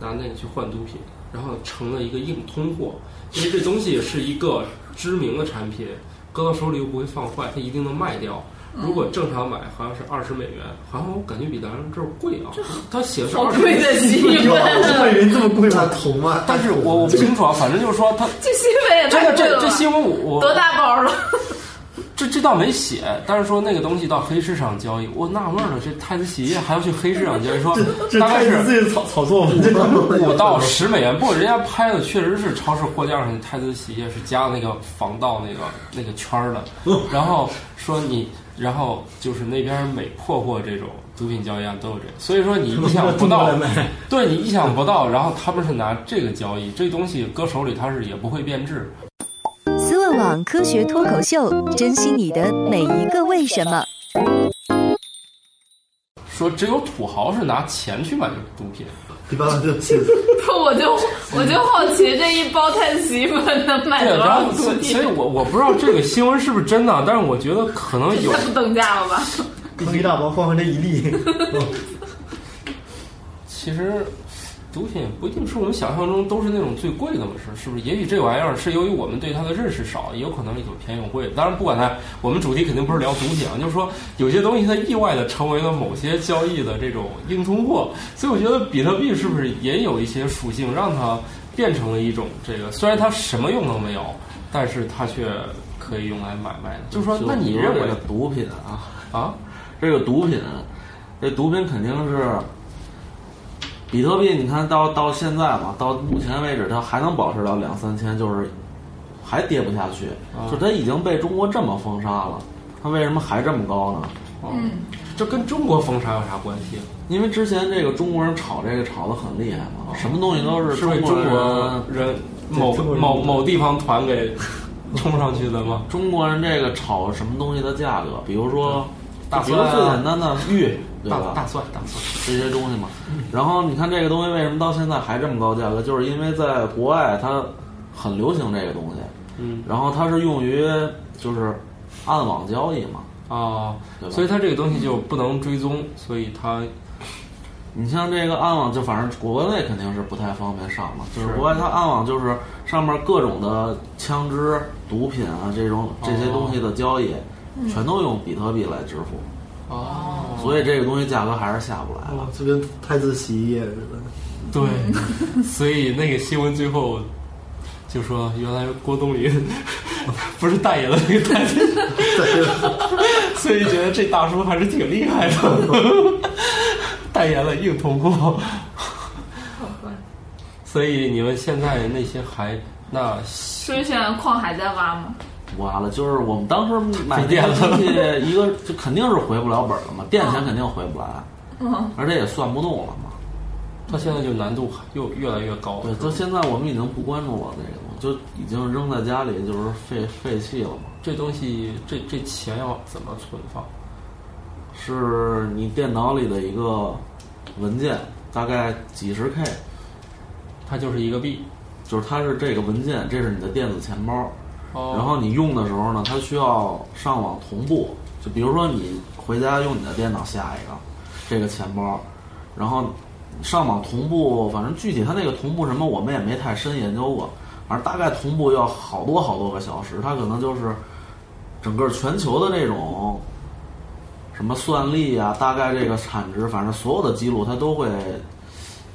Speaker 4: 拿那个去换毒品，然后成了一个硬通货，因为这东西是一个知名的产品，搁到手里又不会放坏，它一定能卖掉。
Speaker 2: 嗯
Speaker 4: 如果正常买，好像是二十美元，好像我感觉比咱们这儿贵啊。它写的是
Speaker 2: 好
Speaker 4: 二十
Speaker 2: 贵 的啊洗衣
Speaker 3: 有
Speaker 2: 粉，
Speaker 3: 人这么贵吗？同吗？
Speaker 4: 但是我我不清楚啊，反正就是说他
Speaker 2: 这新闻也
Speaker 4: 真
Speaker 2: 太
Speaker 4: 的
Speaker 2: 贵了
Speaker 4: 这这
Speaker 2: 吧。
Speaker 4: 新闻我
Speaker 2: 多
Speaker 4: 我
Speaker 2: 大包了？
Speaker 4: 这这倒没写，但是说那个东西到黑市上交易，我纳闷了，这太子洗衣液还要去黑市上交易，说
Speaker 6: 这
Speaker 4: 大概
Speaker 6: 太
Speaker 4: 是
Speaker 6: 自己炒炒作吧，这
Speaker 4: 五到十美元。不过人家拍的确实是超市货架上的太子洗衣液是加那个防盗那个那个圈儿的，然后说你，然后就是那边每破获这种毒品交易案都有这个，所以说你意想不到
Speaker 6: 中国人买
Speaker 4: 对你意想不到，然后他们是拿这个交易，这东西搁手里它是也不会变质。
Speaker 7: 思问网科学脱口秀，珍惜你的每一个为什么。
Speaker 4: 说只有土豪是拿钱去买毒品，
Speaker 3: 一般就是
Speaker 2: 我就我就好奇这一包太洗衣粉能买
Speaker 4: 对，
Speaker 2: 多
Speaker 4: 然
Speaker 2: 少
Speaker 4: 后
Speaker 2: 毒
Speaker 4: 所以所
Speaker 2: 品
Speaker 4: 以？我我不知道这个新闻是不是真的，但是我觉得可能有
Speaker 2: 太不等价了吧？
Speaker 6: 坑一大包换回来一粒，
Speaker 4: 其实毒品也不一定是我们想象中都是那种最贵的嘛，是是不是？也许这玩意儿是由于我们对它的认识少，也有可能有便宜有贵。当然，不管它，我们主题肯定不是聊毒品啊，就是说有些东西它意外的成为了某些交易的这种硬通货，所以我觉得比特币是不是也有一些属性让它变成了一种这个，虽然它什么用都没有，但是它却可以用来买卖的。就是说，那你认为
Speaker 5: 这个毒品啊？
Speaker 4: 啊？
Speaker 5: 这个毒品，这毒品肯定是比特币。你看到到现在嘛，到目前为止，它还能保持到两三千，就是还跌不下去。
Speaker 4: 啊
Speaker 5: 就它已经被中国这么封杀了，它为什么还这么高呢？
Speaker 4: 嗯，这跟中国封杀有啥关系？啊
Speaker 5: 因为之前这个中国人炒这个炒得很厉害嘛，什么东西都啊是
Speaker 4: 是被
Speaker 5: 中
Speaker 4: 中
Speaker 5: 国
Speaker 4: 国
Speaker 5: 人。
Speaker 4: 人某
Speaker 6: 中国人
Speaker 4: 某某地方团给冲上去的吗？
Speaker 5: 中国人这个炒什么东西的价格，比如说，
Speaker 4: 大
Speaker 5: 比如
Speaker 4: 蒜啊
Speaker 5: 最简单的玉， 对
Speaker 4: 大
Speaker 5: 吧？
Speaker 4: 大蒜，大蒜，
Speaker 5: 这些东西嘛。然后你看这个东西为什么到现在还这么高价格，就是因为在国外它很流行这个东西，
Speaker 4: 嗯
Speaker 5: 然后它是用于就是暗网交易嘛。
Speaker 4: 啊
Speaker 5: 对，吧
Speaker 4: 所以它这个东西就不能追踪，所以它
Speaker 5: 你像这个暗网，就反正国内肯定是不太方便上嘛，就是
Speaker 4: 是
Speaker 5: 国外它暗网就是上面各种的枪支、毒品啊这种这些东西的交易，全都用比特币来支付，
Speaker 4: 哦，
Speaker 5: 所以这个东西价格还是下不来了。
Speaker 3: 就跟太子洗衣液似的。
Speaker 4: 对，所以那个新闻最后。就说原来郭冬临不是代言 的那个代言，所以觉得这大叔还是挺厉害的， 代言了硬通过。
Speaker 2: 好吧，
Speaker 4: 所以你们现在那些还那
Speaker 2: 所以现在矿还在挖吗？
Speaker 5: 挖了，就是我们当时买
Speaker 4: 费电
Speaker 5: 那
Speaker 4: 了
Speaker 5: 个东西，一个就肯定是回不了本了嘛，垫钱肯定回不来，
Speaker 2: 嗯，
Speaker 5: 而且也算不动了嘛。
Speaker 4: 他现在就难度还又越来越高
Speaker 5: 对，
Speaker 4: 了。
Speaker 5: 到现在我们已经不关注我那个了，就已经扔在家里，就是废废弃了嘛。
Speaker 4: 这东西这这钱要怎么存放？
Speaker 5: 是你电脑里的一个文件，大概几十 K，
Speaker 4: 它就是一个币。
Speaker 5: 就是它是这个文件，这是你的电子钱包。
Speaker 4: 哦
Speaker 5: 然后你用的时候呢，它需要上网同步。就比如说你回家用你的电脑下一个这个钱包，然后上网同步，反正具体它那个同步什么我们也没太深研究过，反正大概同步要好多好多个小时，它可能就是整个全球的这种什么算力啊，大概这个产值，反正所有的记录它都会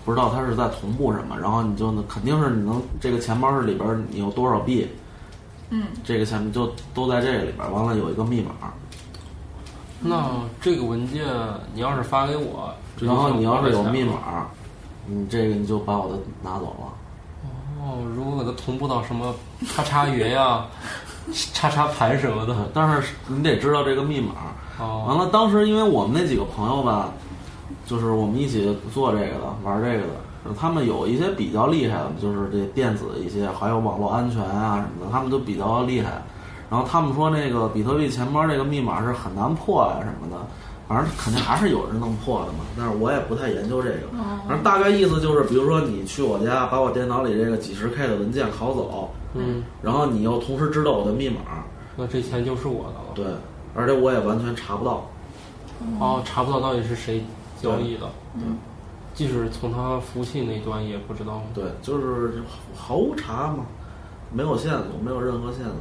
Speaker 5: 不知道它是在同步什么，然后你就能肯定是你能这个钱包是里边儿你有多少币，
Speaker 2: 嗯，
Speaker 5: 这个钱就都在这个里边儿，完了有一个密码，
Speaker 4: 那这个文件你要是发给我，这就
Speaker 5: 然
Speaker 4: 是我
Speaker 5: 后你要是有
Speaker 4: 的钱
Speaker 5: 密码，你这个你就把我的拿走了。
Speaker 4: 哦，如果给它同步到什么叉叉云呀、 叉叉盘什么的，
Speaker 5: 呃但是你得知道这个密码。嗯完
Speaker 4: 哦，
Speaker 5: 了，当时因为我们那几个朋友吧，就是我们一起做这个的，玩这个的，他们有一些比较厉害的，就是这电子一些，还有网络安全啊什么的，他们都比较厉害。然后他们说那个比特币钱包这个密码是很难破呀、什么的，反正肯定还是有人能破的嘛。但是我也不太研究这个，反正大概意思就是，比如说你去我家把我电脑里这个几十 K 的文件拷走，
Speaker 4: 嗯，
Speaker 5: 然后你又同时知道我的密码，
Speaker 4: 那这钱就是我的了。
Speaker 5: 对，而且我也完全查不到。
Speaker 4: 哦，查不到到底是谁交易的，即使从他服务器那端也不知道。
Speaker 5: 对，就是毫无查嘛，没有线索，没有任何线索。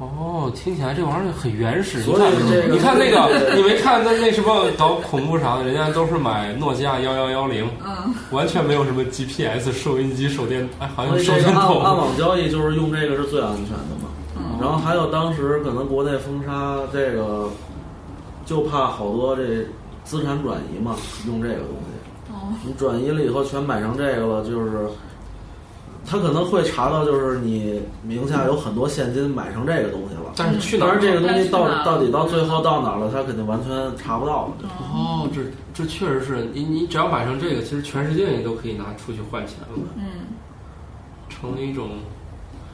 Speaker 4: 哦，听起来这玩意儿很原始。
Speaker 5: 所以这个
Speaker 4: 你看那个，你没看那那什么搞恐怖啥的，人家都是买诺基亚幺幺幺零，
Speaker 2: 嗯，
Speaker 4: 完全没有什么 GPS、收音机、手电，哎，好像
Speaker 5: 所以
Speaker 4: 手
Speaker 5: 这
Speaker 4: 电
Speaker 5: 个暗暗
Speaker 4: 筒。
Speaker 5: 网交易就是用这个是最安全的嘛。
Speaker 2: 嗯
Speaker 5: 然后还有当时可能国内封杀这个，就怕好多这资产转移嘛，用这个东西。
Speaker 2: 哦，
Speaker 5: 你转移了以后全买成这个了，就是。他可能会查到，就是你名下有很多现金买成这个东西了，
Speaker 2: 嗯
Speaker 4: 但是去哪儿
Speaker 5: 当然这个东西到
Speaker 2: 该去哪儿
Speaker 5: 到底到最后到哪儿了，他肯定完全查不到了。
Speaker 4: 哦，这这确实是你，你只要买上这个，其实全世界你都可以拿出去换钱了，
Speaker 2: 嗯，
Speaker 4: 成了一种，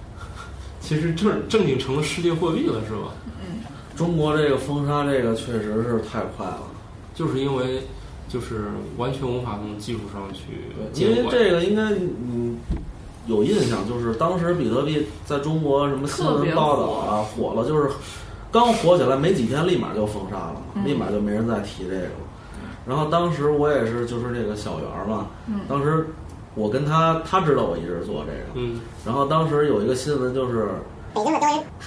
Speaker 4: 其实正正经成了世界货币了，是吧？
Speaker 5: 中国这个封杀这个确实是太快了，
Speaker 4: 就是因为就是完全无法从技术上去
Speaker 5: 因
Speaker 4: 监
Speaker 5: 为
Speaker 4: 管。
Speaker 5: 这个应该嗯有印象，就是当时比特币在中国什么新
Speaker 2: 特别
Speaker 5: 闻
Speaker 2: 火
Speaker 5: 报道啊火了，就是刚火起来没几天，立马就封杀了嘛，
Speaker 2: 嗯
Speaker 5: 立马就没人再提这个了。
Speaker 4: 嗯
Speaker 5: 然后当时我也是就是这个小圆儿嘛，
Speaker 2: 嗯
Speaker 5: 当时我跟他他知道我一直做这个，
Speaker 4: 嗯，
Speaker 5: 然后当时有一个新闻就是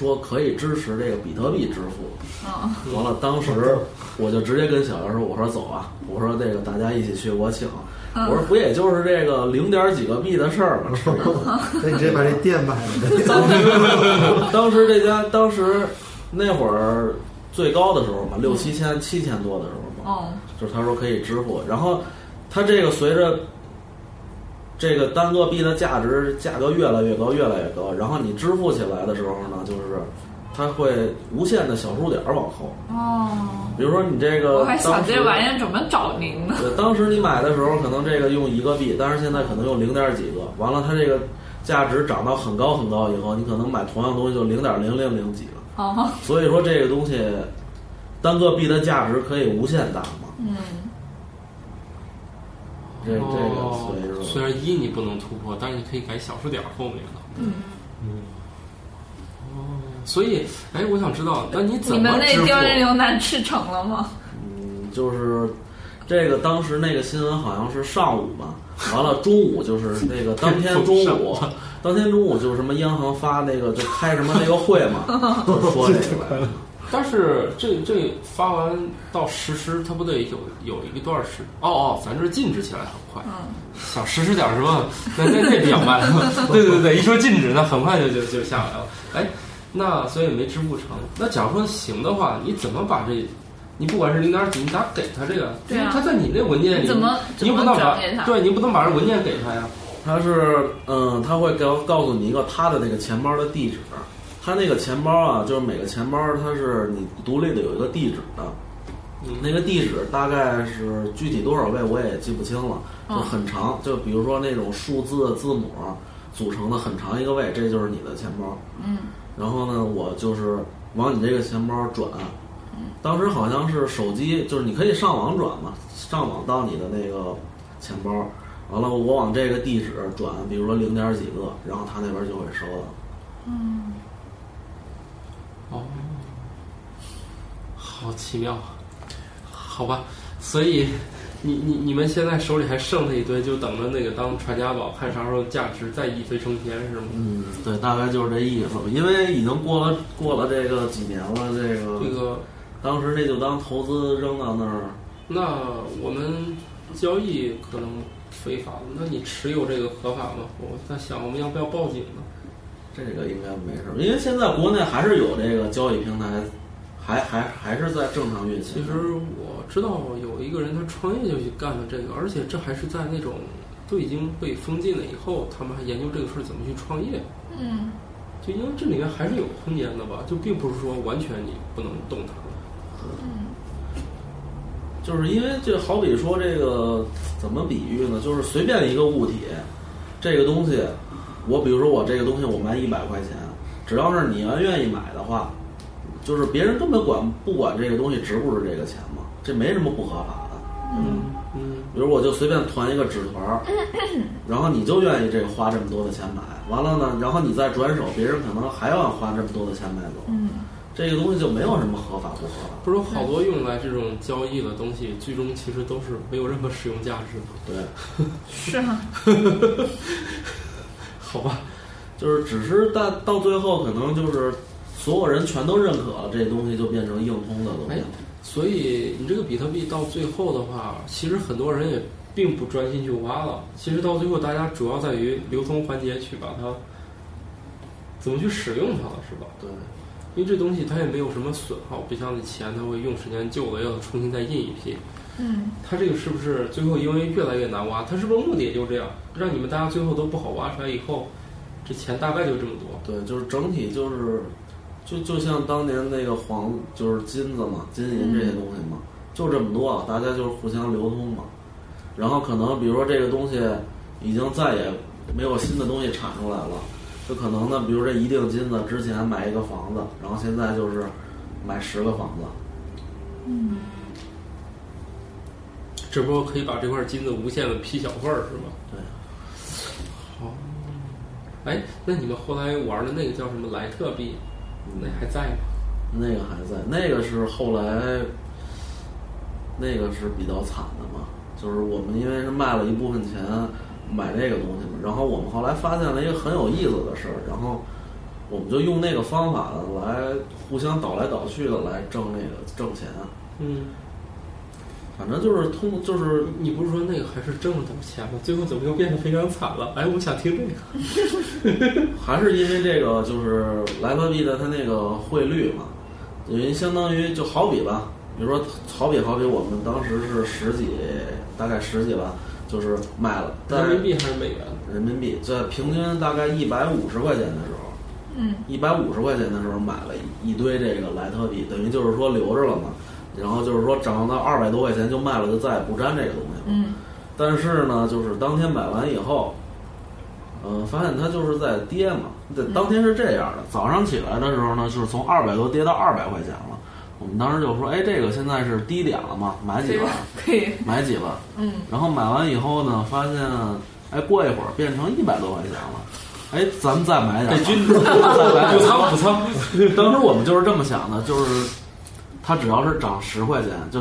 Speaker 5: 说可以支持这个比特币支付。
Speaker 2: 嗯，
Speaker 5: 完了，当时我就直接跟小杨说：“我说走啊，我说这个大家一起去，我请。我说不也就是这个零点几个币的事儿吗？吃一 顿
Speaker 3: 那你直接把这店买 了，
Speaker 5: 当时这家当时那会儿最高的时候嘛，六七千、七千多的时候嘛，
Speaker 2: 哦，
Speaker 5: 就是他说可以支付，然后他这个随着。”这个单个币的价值价格越来越高，越来越高。然后你支付起来的时候呢，就是它会无限的小数点儿往后。
Speaker 2: 哦，
Speaker 5: 比如说你这个，
Speaker 2: 我还想
Speaker 5: 当时
Speaker 2: 这玩意儿怎么找您呢？
Speaker 5: 对，当时你买的时候可能这个用一个币，但是现在可能用零点几个。完了，它这个价值涨到很高很高以后，你可能买同样东西就零点零零零几了。
Speaker 2: 哦，
Speaker 5: 所以说这个东西，单个币的价值可以无限大嘛？
Speaker 2: 嗯，
Speaker 5: 这这
Speaker 4: 哦
Speaker 5: 个所以
Speaker 4: 虽
Speaker 5: 说，
Speaker 4: 然一你不能突破，但是你可以改小数点后面的。嗯嗯。所以，哎，我想知道，那你
Speaker 2: 你
Speaker 4: 怎么
Speaker 2: 们那
Speaker 4: 支付
Speaker 2: 刁人牛腩吃成了吗？
Speaker 5: 嗯，就是这个当时那个新闻好像是上午吧，完了中午就是那个当天中
Speaker 4: 上
Speaker 5: 午
Speaker 4: 午。
Speaker 5: 当天中午就是什么央行发那个就开什么那个会嘛，就说这个来着。
Speaker 4: 但是这这发完到实施，它不得有有一段时？哦哦，咱这禁止起来很快，
Speaker 2: 嗯，
Speaker 4: 想实施点什么，那那那比较 慢。对对对，一说禁止，那很快就就就下来了。哎，那所以没支付成。那假如说行的话，你怎么把这？你不管是零点几，你咋给他这个？
Speaker 2: 对啊
Speaker 4: 因为他在你那文件里，
Speaker 2: 怎么
Speaker 4: 你又不能
Speaker 2: 怎么
Speaker 4: 把
Speaker 2: 转给他
Speaker 4: 对你不能把这文件给他呀。
Speaker 5: 他是嗯，他会告告诉你一个他的那个钱包的地址，他那个钱包啊，就是每个钱包它是你独立的有一个地址的，那个地址大概是具体多少位我也记不清了，就
Speaker 2: 嗯
Speaker 5: 很长，就比如说那种数字字母组成的很长一个位，这就是你的钱包。
Speaker 2: 嗯，
Speaker 5: 然后呢，我就是往你这个钱包转。当时好像是手机，就是你可以上网转嘛，上网到你的那个钱包，完了我往这个地址转，比如说零点几个，然后他那边就会收到。
Speaker 4: 哦，好奇妙，好吧，所以你你你们现在手里还剩了一堆，就等着那个当传家宝，看啥时候价值再一飞冲天，是吗？
Speaker 5: 嗯，对，大概就是这意思吧。因为已经过了过了这个几年了，这个
Speaker 4: 这个，
Speaker 5: 当时这就当投资扔到那儿。
Speaker 4: 那我们交易可能非法了，那你持有这个合法吗？我在想，我们要不要报警呢？
Speaker 5: 这个应该没事，因为现在国内还是有这个交易平台，还还还是在正常运行
Speaker 4: 其
Speaker 5: 的。
Speaker 4: 实我知道有一个人，他创业就去干了这个，而且这还是在那种都已经被封禁了以后，他们还研究这个事儿怎么去创业。
Speaker 2: 嗯，
Speaker 4: 就因为这里面还是有空间的吧，就并不是说完全你不能动它。
Speaker 2: 嗯
Speaker 5: 就是因为这好比说这个怎么比喻呢？就是随便一个物体，这个东西，我比如说我这个东西我卖一百块钱，只要是你要愿意买的话，就是别人根本管不管这个东西值不值这个钱嘛，这没什么不合法的。
Speaker 4: 嗯嗯，
Speaker 5: 比如我就随便团一个纸团儿，然后你就愿意这个花这么多的钱买，完了呢，然后你再转手，别人可能还要花这么多的钱买走，
Speaker 2: 嗯，
Speaker 5: 这个东西就没有什么合法不合法。
Speaker 4: 不是有好多用来这种交易的东西，最终其实都是没有任何使用价值的，
Speaker 5: 对，
Speaker 2: 是哈、
Speaker 4: 好吧？
Speaker 5: 就是只是到到最后，可能就是所有人全都认可了，这东西就变成硬通的东西
Speaker 4: 哎。所以你这个比特币到最后的话，其实很多人也并不专心去挖了。其实到最后，大家主要在于流通环节去把它怎么去使用它了，是吧？
Speaker 5: 对，
Speaker 4: 因为这东西它也没有什么损耗，不像你钱，它会用时间旧了要重新再印一批。
Speaker 2: 嗯，
Speaker 4: 它这个是不是最后因为越来越难挖？它是不是目的也就这样，让你们大家最后都不好挖出来以后，这钱大概就这么多。
Speaker 5: 对，就是整体就是，就就像当年那个黄，就是金子嘛，金银这些东西嘛，就这么多，大家就是互相流通嘛。然后可能比如说这个东西已经再也没有新的东西产出来了，就可能呢，比如这一锭金子之前买一个房子，然后现在就是买十个房子，
Speaker 4: 只不过可以把这块金子无限的劈小份儿，是哦吧？
Speaker 5: 对。
Speaker 4: 好。啊哎，那你们后来玩的那个叫什么莱特币，那还在吗？
Speaker 5: 那个还在，那个是后来，那个是比较惨的嘛，就是我们因为是卖了一部分钱买那个东西嘛，然后我们后来发现了一个很有意思的事儿，然后我们就用那个方法呢来互相倒来倒去的来挣那个挣钱，
Speaker 4: 嗯，
Speaker 5: 反正就是通就是
Speaker 4: 你不是说那个还是挣了点钱吗？最后怎么又变得非常惨了？哎，我想听这个。
Speaker 5: 还是因为这个，就是莱特币的它那个汇率嘛，等于相当于就好比吧，比如说好比好比我们当时是十几，大概十几吧，就是卖了，但
Speaker 4: 人民
Speaker 5: 是
Speaker 4: 币还是美元？
Speaker 5: 人民币在平均大概一百五十块钱的时候，
Speaker 2: 嗯，
Speaker 5: 一百五十块钱的时候买了一堆这个莱特币，等于就是说留着了嘛，然后就是说涨到二百多块钱就卖了，就再也不沾这个东西了。
Speaker 2: 嗯，
Speaker 5: 但是呢，就是当天买完以后，呃，发现它就是在跌嘛。对，当天是这样的，早上起来的时候呢，就是从二百多跌到二百块钱了。我们当时就说，哎，这个现在是低点了嘛，买几
Speaker 2: 这
Speaker 5: 吧
Speaker 2: 个，可以，
Speaker 5: 买几吧。
Speaker 2: 嗯，
Speaker 5: 然后买完以后呢，发现，哎，过一会儿变成一百多块钱了。哎，咱们再买点吧， 均 再买
Speaker 4: 补
Speaker 5: 点吧。
Speaker 4: 仓补仓。
Speaker 5: 当时我们就是这么想的，就是它只要是涨十块钱，就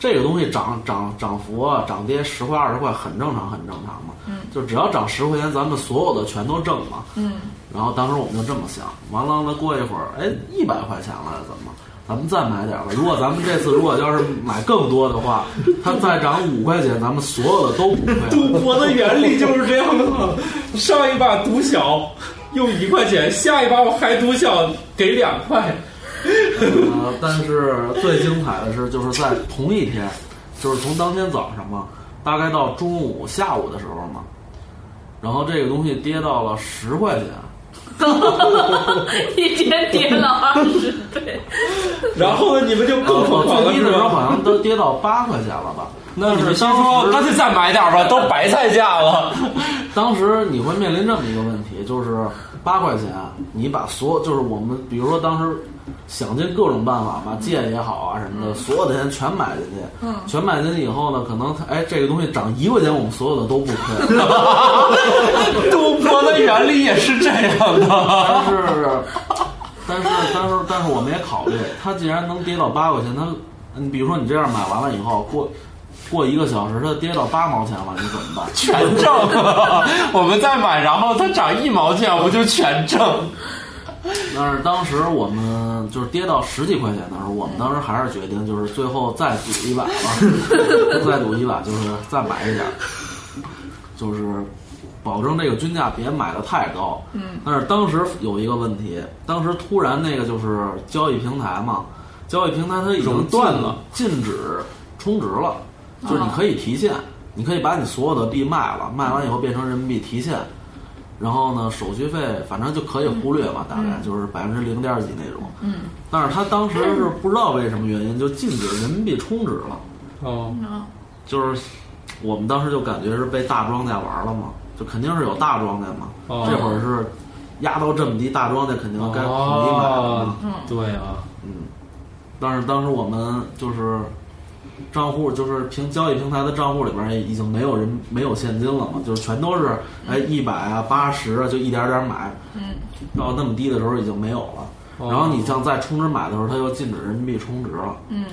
Speaker 5: 这个东西涨涨涨幅啊，涨跌十块二十块很正常，很正常嘛。
Speaker 2: 嗯
Speaker 5: 就只要涨十块钱，咱们所有的全都挣嘛。
Speaker 2: 嗯
Speaker 5: 然后当时我们就这么想，完了呢，过一会儿，哎，一百块钱了，怎么？咱们再买点吧。如果咱们这次如果要是买更多的话，它再涨五块钱，咱们所有的都 不亏了。
Speaker 4: 赌博的原理就是这样的嘛。上一把赌小，用一块钱；下一把我还赌小，给两块。
Speaker 5: 呃，但是最精彩的是，就是在同一天，就是从当天早上嘛，大概到中午、下午的时候嘛，然后这个东西跌到了十块钱，
Speaker 2: 一天跌了二十倍，
Speaker 4: 然后呢，你们就更疯狂
Speaker 5: 呃
Speaker 4: 了，
Speaker 5: 最低
Speaker 4: 是
Speaker 5: 的时候
Speaker 4: 吧？
Speaker 5: 好像都跌到八块钱了吧？
Speaker 4: 哦那你
Speaker 5: 是
Speaker 4: 们
Speaker 5: 当
Speaker 4: 当说，
Speaker 5: 时
Speaker 4: 干脆再买点吧，都白菜价了。
Speaker 5: 当时你会面临这么一个问题，就是八块钱，你把所有就是我们，比如说当时想尽各种办法吧，借也好啊什么的，所有的钱全买进去，
Speaker 2: 嗯
Speaker 5: 全买进去以后呢，可能它哎这个东西涨一块钱，我们所有的都不亏，
Speaker 4: 赌博的原理也是这样的。
Speaker 5: 但是但是但是但是我们也考虑，它既然能跌到八块钱，它你比如说你这样买完了以后过。过一个小时，它跌到八毛钱了，你怎么办？
Speaker 4: 全挣，我们再买，然后它涨一毛钱，不就全挣？
Speaker 5: 但是当时我们就是跌到十几块钱的时候，我们当时还是决定就是最后再赌一把吧， 再赌一把就是再买一点儿，就是保证这个均价别买的太高。
Speaker 2: 嗯，
Speaker 5: 但是当时有一个问题，当时突然那个就是交易平台嘛，交易平台它已经
Speaker 4: 熔断了，
Speaker 5: 禁止充值了，就是你可以提现，你可以把你所有的币卖了，卖完以后变成人民币提现。然后呢，手续费反正就可以忽略吧，大概就是百分之零点几那种。
Speaker 2: 嗯，
Speaker 5: 但是他当时是不知道为什么原因就禁止人民币充值了，
Speaker 4: 哦，
Speaker 2: 嗯
Speaker 5: 就是我们当时就感觉是被大庄家玩了嘛，就肯定是有大庄家嘛。
Speaker 4: 哦
Speaker 5: 这会儿是压到这么低，大庄家肯定该统一买了嘛。
Speaker 2: 嗯
Speaker 4: 对啊，
Speaker 5: 嗯，但是当时我们就是账户，就是平交易平台的账户里边儿已经没有人没有现金了嘛，就是全都是哎一百啊八十啊就一点点买，
Speaker 2: 嗯，
Speaker 5: 到那么低的时候已经没有了。
Speaker 4: 哦
Speaker 5: 然后你像在充值买的时候，它又禁止人民币充值了。
Speaker 2: 嗯，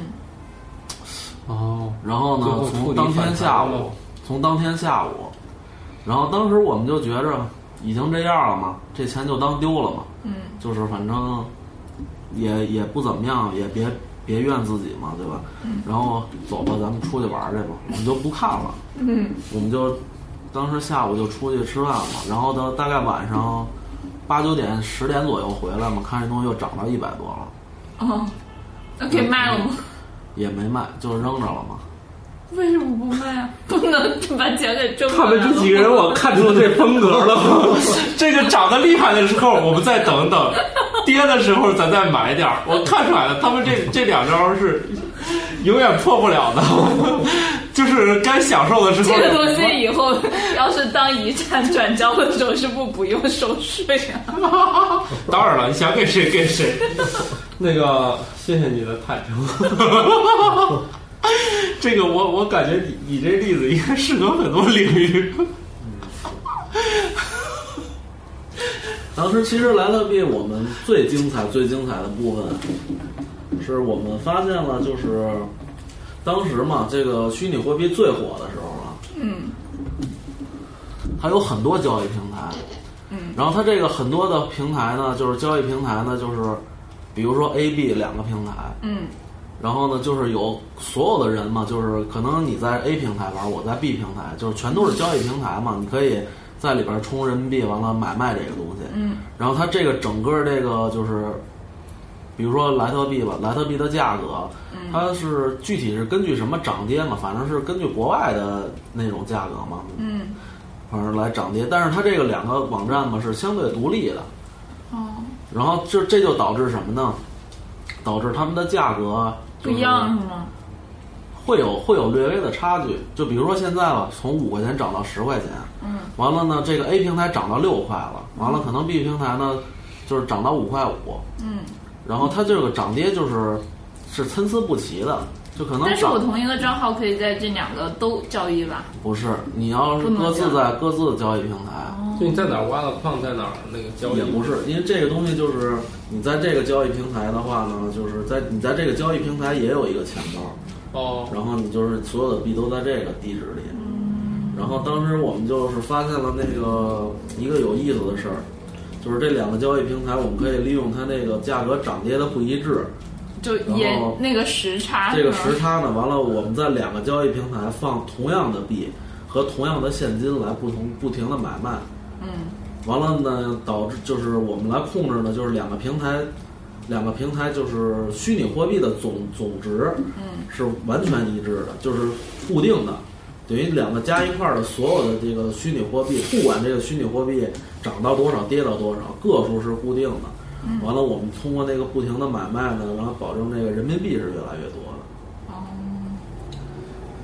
Speaker 4: 哦，
Speaker 5: 然后
Speaker 4: 最
Speaker 5: 呢
Speaker 4: 后，
Speaker 5: 从
Speaker 4: 触底
Speaker 5: 当
Speaker 4: 反
Speaker 5: 天
Speaker 4: 弹
Speaker 5: 下
Speaker 4: 了
Speaker 5: 午，从当天下午，然后当时我们就觉着已经这样了嘛，这钱就当丢了嘛。
Speaker 2: 嗯，
Speaker 5: 就是反正也也不怎么样，也别别怨自己嘛，对吧？然后走吧，咱们出去玩儿去吧，我们就不看了。
Speaker 2: 嗯，
Speaker 5: 我们就当时下午就出去吃饭了，然后到大概晚上八九点十点左右回来嘛，看这东西又涨到一百多了，
Speaker 2: 哦，那给卖了吗？
Speaker 5: 也没卖，就扔着了嘛。
Speaker 2: 为什么不卖啊？不能把钱给挣
Speaker 4: 他
Speaker 2: 回
Speaker 4: 们
Speaker 2: 来
Speaker 4: 这
Speaker 2: 了
Speaker 4: 几个人，我看出了这风格 了。这个涨得厉害的时候，我们再等等；跌的时候，咱再买点儿。我看出来了，他们 这这两招是永远破不了的， 就是该享受的时候
Speaker 2: 这个东西以后要是当遗产转交的时候，是不不用收税啊？
Speaker 4: 当然了，你想给谁给 谁。那个，谢谢你的坦 诚。这个我我感觉你你这例子应该适合很多领域。
Speaker 5: 当时其实莱乐币我们最精彩、最精彩的部分，是我们发现了，就是当时嘛，这个虚拟货币最火的时候啊，
Speaker 2: 嗯
Speaker 5: 还有很多交易平台，
Speaker 2: 嗯，
Speaker 5: 然后它这个很多的平台呢，就是交易平台呢，就是比如说 A、B 两个平台，
Speaker 2: 嗯
Speaker 5: 然后呢，就是有所有的人嘛，就是可能你在 A 平台玩，我在 B 平台，就是全都是交易平台嘛，你可以在里边充人民币，完了买卖这个东西，
Speaker 2: 嗯
Speaker 5: 然后它这个整个这个就是，比如说莱特币吧，莱特币的价格，
Speaker 2: 嗯
Speaker 5: 它是具体是根据什么涨跌嘛，反正是根据国外的那种价格嘛，
Speaker 2: 嗯，
Speaker 5: 反正来涨跌。但是它这个两个网站嘛是相对独立的，
Speaker 2: 哦，
Speaker 5: 然后这这就导致什么呢？导致它们的价格
Speaker 2: 不一样是，吗？
Speaker 5: 会有会有略微的差距。就比如说现在吧，从五块钱涨到十块钱，
Speaker 2: 嗯，
Speaker 5: 完了呢，这个 A 平台涨到六块了，完了可能 B 平台呢就是涨到五块五，
Speaker 2: 嗯，
Speaker 5: 然后它这个涨跌就是是参差不齐的，就可能
Speaker 2: 嗯但是我
Speaker 5: 涨
Speaker 2: 同一个账号可以在这两个都交易吧？
Speaker 5: 不是，你要是各自
Speaker 2: 不能这
Speaker 5: 在各自的交易平台，
Speaker 4: 就你在哪儿挖的矿，在哪儿那个
Speaker 2: 哦
Speaker 4: 交易
Speaker 5: 也不是，因为这个东西就是你在这个交易平台的话呢，就是在你在这个交易平台也有一个钱包，
Speaker 4: 哦，
Speaker 5: 然后你就是所有的币都在这个地址里。然后当时我们就是发现了那个一个有意思的事儿，就是这两个交易平台，我们可以利用它那个价格涨跌的不一致，
Speaker 2: 就
Speaker 5: 然
Speaker 2: 延
Speaker 5: 后
Speaker 2: 那个时差
Speaker 5: 这个
Speaker 2: 是吧
Speaker 5: 时差呢，完了我们在两个交易平台放同样的币和同样的现金来不同不停的买卖，
Speaker 2: 嗯
Speaker 5: 完了呢导致就是我们来控制呢就是两个平台，两个平台就是虚拟货币的总总值
Speaker 2: 嗯
Speaker 5: 是完全一致的，就是固定的。等于两个加一块儿的所有的这个虚拟货币，不管这个虚拟货币涨到多少、跌到多少，个数是固定的。完了，我们通过那个不停的买卖呢，然后保证这个人民币是越来越多的。
Speaker 2: 哦，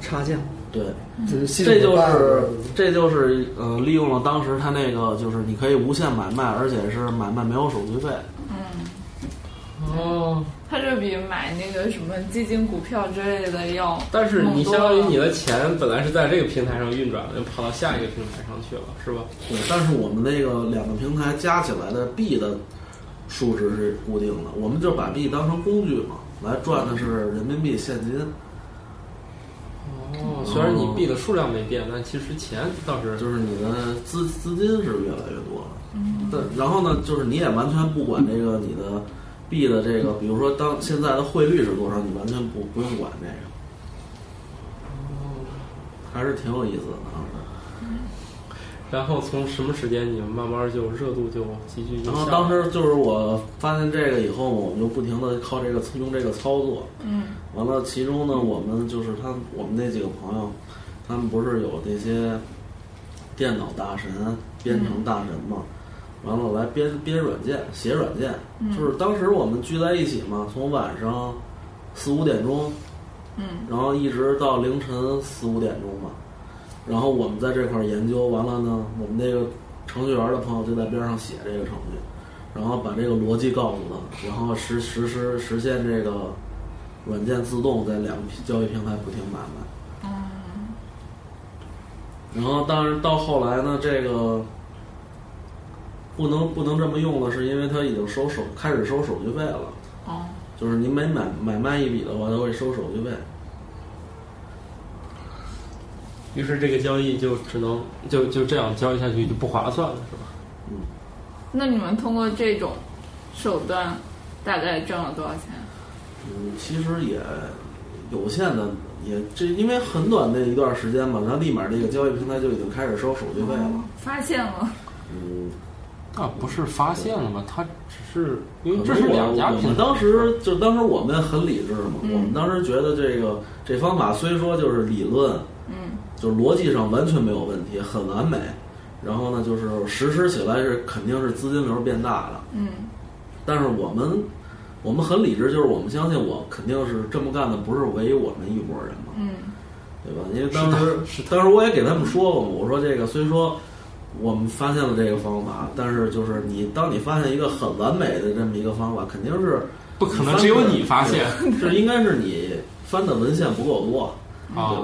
Speaker 6: 差价，
Speaker 5: 对，
Speaker 3: 这是系统
Speaker 5: 嗯这就
Speaker 3: 的 bug
Speaker 5: 是这就是呃，利用了当时他那个就是你可以无限买卖，而且是买卖没有手续费。
Speaker 2: 嗯，
Speaker 4: 哦，
Speaker 2: 它就比买那个什么基金、股票之类的要猛多了，
Speaker 4: 但是你相当于你的钱本来是在这个平台上运转的，又跑到下一个平台上去了，是吧？
Speaker 5: 对，但是我们那个两个平台加起来的币的数值是固定的，我们就把币当成工具嘛，来赚的是人民币现金，
Speaker 4: 哦，虽然你币的数量没变，但其实钱倒是
Speaker 5: 就是你的资资金是越来越多了。但然后呢，就是你也完全不管这个你的币的这个，比如说当现在的汇率是多少，你完全不不用管这个。还是挺有意思的啊。
Speaker 4: 然后从什么时间你们慢慢就热度就急剧就
Speaker 5: 然后
Speaker 4: 下
Speaker 5: 当
Speaker 4: 来了
Speaker 5: 时就是我发现这个以后，我们就不停的靠这个用这个操作。
Speaker 2: 嗯
Speaker 5: 完了，其中呢，我们就是他们我们那几个朋友，他们不是有那些电脑大神、编程大神嘛？
Speaker 2: 嗯
Speaker 5: 完了，来编编软件、写软件，就是当时我们聚在一起嘛，从晚上四五点钟，
Speaker 2: 嗯
Speaker 5: 然后一直到凌晨四五点钟吧。然后我们在这块儿研究完了呢，我们那个程序员的朋友就在边上写这个程序，然后把这个逻辑告诉他，然后实实施实现这个软件自动在两个交易平台不停买
Speaker 2: 嗯
Speaker 5: 卖。然后当然到后来呢，这个不能不能这么用了，是因为它已经收手开始收手续费了。
Speaker 2: 哦，
Speaker 5: 就是你每买买卖一笔的话，它会收手续费。
Speaker 4: 于是这个交易就只能就就这样交易下去就不划算了，是吧？
Speaker 2: 那你们通过这种手段大概挣了多少钱？
Speaker 5: 嗯，其实也有限的，也这因为很短的一段时间嘛，然后立马这个交易平台就已经开始收手续费
Speaker 4: 哦
Speaker 5: 了。
Speaker 2: 发现了，
Speaker 5: 嗯，
Speaker 4: 那不是发现了吗？它只是因为
Speaker 5: 可
Speaker 4: 这
Speaker 5: 能
Speaker 4: 是
Speaker 5: 我
Speaker 4: 两家
Speaker 5: 我
Speaker 4: 平
Speaker 5: 们
Speaker 4: 台，
Speaker 5: 当时就当时我们很理智嘛，
Speaker 2: 嗯
Speaker 5: 我们当时觉得这个这方法虽说就是理论，
Speaker 2: 嗯
Speaker 5: 就是逻辑上完全没有问题，很完美。然后呢，就是实施起来是肯定是资金流变大的，
Speaker 2: 嗯
Speaker 5: 但是我们我们很理智，就是我们相信我肯定是这么干的，不是唯我们一拨人嘛。
Speaker 2: 嗯
Speaker 5: 对吧？因为当时当时我也给他们说过嘛，我说这个虽说我们发现了这个方法，但是就是你当你发现一个很完美的这么一个方法，肯定是
Speaker 4: 不可能只有你发现
Speaker 5: 这应该是你翻的文献不够多，对
Speaker 4: 啊。
Speaker 5: 吧？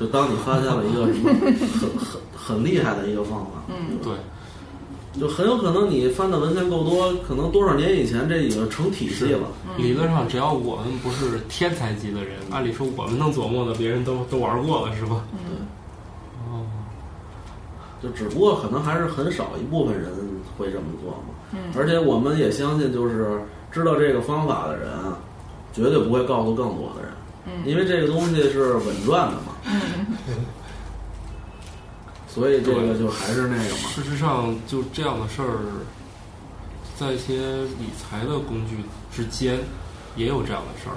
Speaker 5: 就当你发现了一个什么很很很厉害的一个方法，
Speaker 2: 嗯
Speaker 4: 对，
Speaker 5: 就很有可能你翻的文献够多，可能多少年以前这已经成体系了。
Speaker 4: 理论上只要我们不是天才级的人，按理说我们能琢磨的，别人都都玩过了，是吧？
Speaker 2: 嗯
Speaker 4: 哦，
Speaker 5: 就只不过可能还是很少一部分人会这么做嘛。
Speaker 2: 嗯
Speaker 5: 而且我们也相信，就是知道这个方法的人，啊，绝对不会告诉更多的人，
Speaker 2: 嗯
Speaker 5: 因为这个东西是稳赚的嘛。所以这个就还是那个嘛，
Speaker 4: 事实上，就这样的事儿，在一些理财的工具之间也有这样的事儿，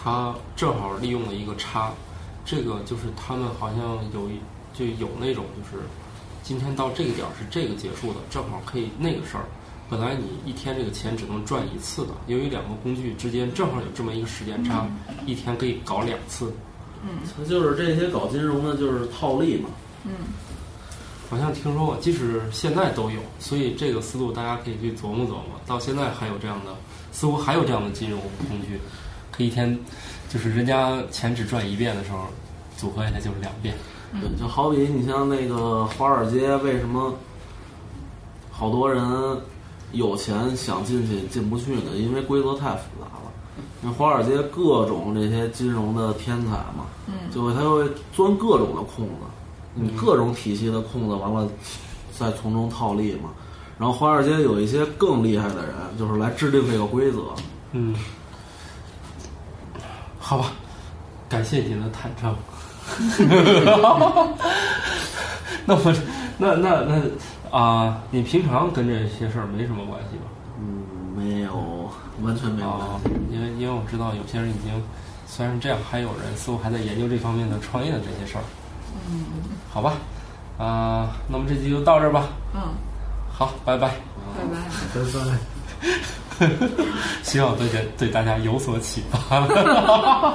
Speaker 4: 它正好利用了一个差，这个就是他们好像有一就有那种就是今天到这个点儿是这个结束的，正好可以那个事儿。本来你一天这个钱只能赚一次的，由于两个工具之间正好有这么一个时间差，一天可以搞两次，
Speaker 5: 它就是这些搞金融的，就是套利嘛。
Speaker 2: 嗯
Speaker 4: 好像听说过，即使现在都有，所以这个思路大家可以去琢磨琢磨。到现在还有这样的，似乎还有这样的金融工具，可以一天就是人家钱只赚一遍的时候，组合一下就是两遍。
Speaker 5: 对，就好比你像那个华尔街，为什么好多人有钱想进去进不去呢？因为规则太复杂了。因为华尔街各种这些金融的天才嘛，
Speaker 2: 嗯
Speaker 5: 就会他会钻各种的空子，你各种体系的空子，完了再从中套利嘛。然后华尔街有一些更厉害的人，就是来制定这个规则，
Speaker 4: 嗯，好吧，感谢您的坦诚。 那我那那那啊、你平常跟这些事儿没什么关系吧？
Speaker 5: 嗯，没有，完全没有关
Speaker 4: 啊
Speaker 5: 系。，
Speaker 4: 因为因为我知道有些人已经，虽然这样，还有人似乎还在研究这方面的创业的这些事儿。嗯，好吧，啊、那么这期就到这儿吧。
Speaker 2: 嗯，
Speaker 4: 好，拜拜。
Speaker 2: 拜拜。
Speaker 3: 拜拜。
Speaker 4: 希望对这对大家有所启发。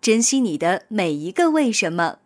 Speaker 7: 珍惜你的每一个为什么。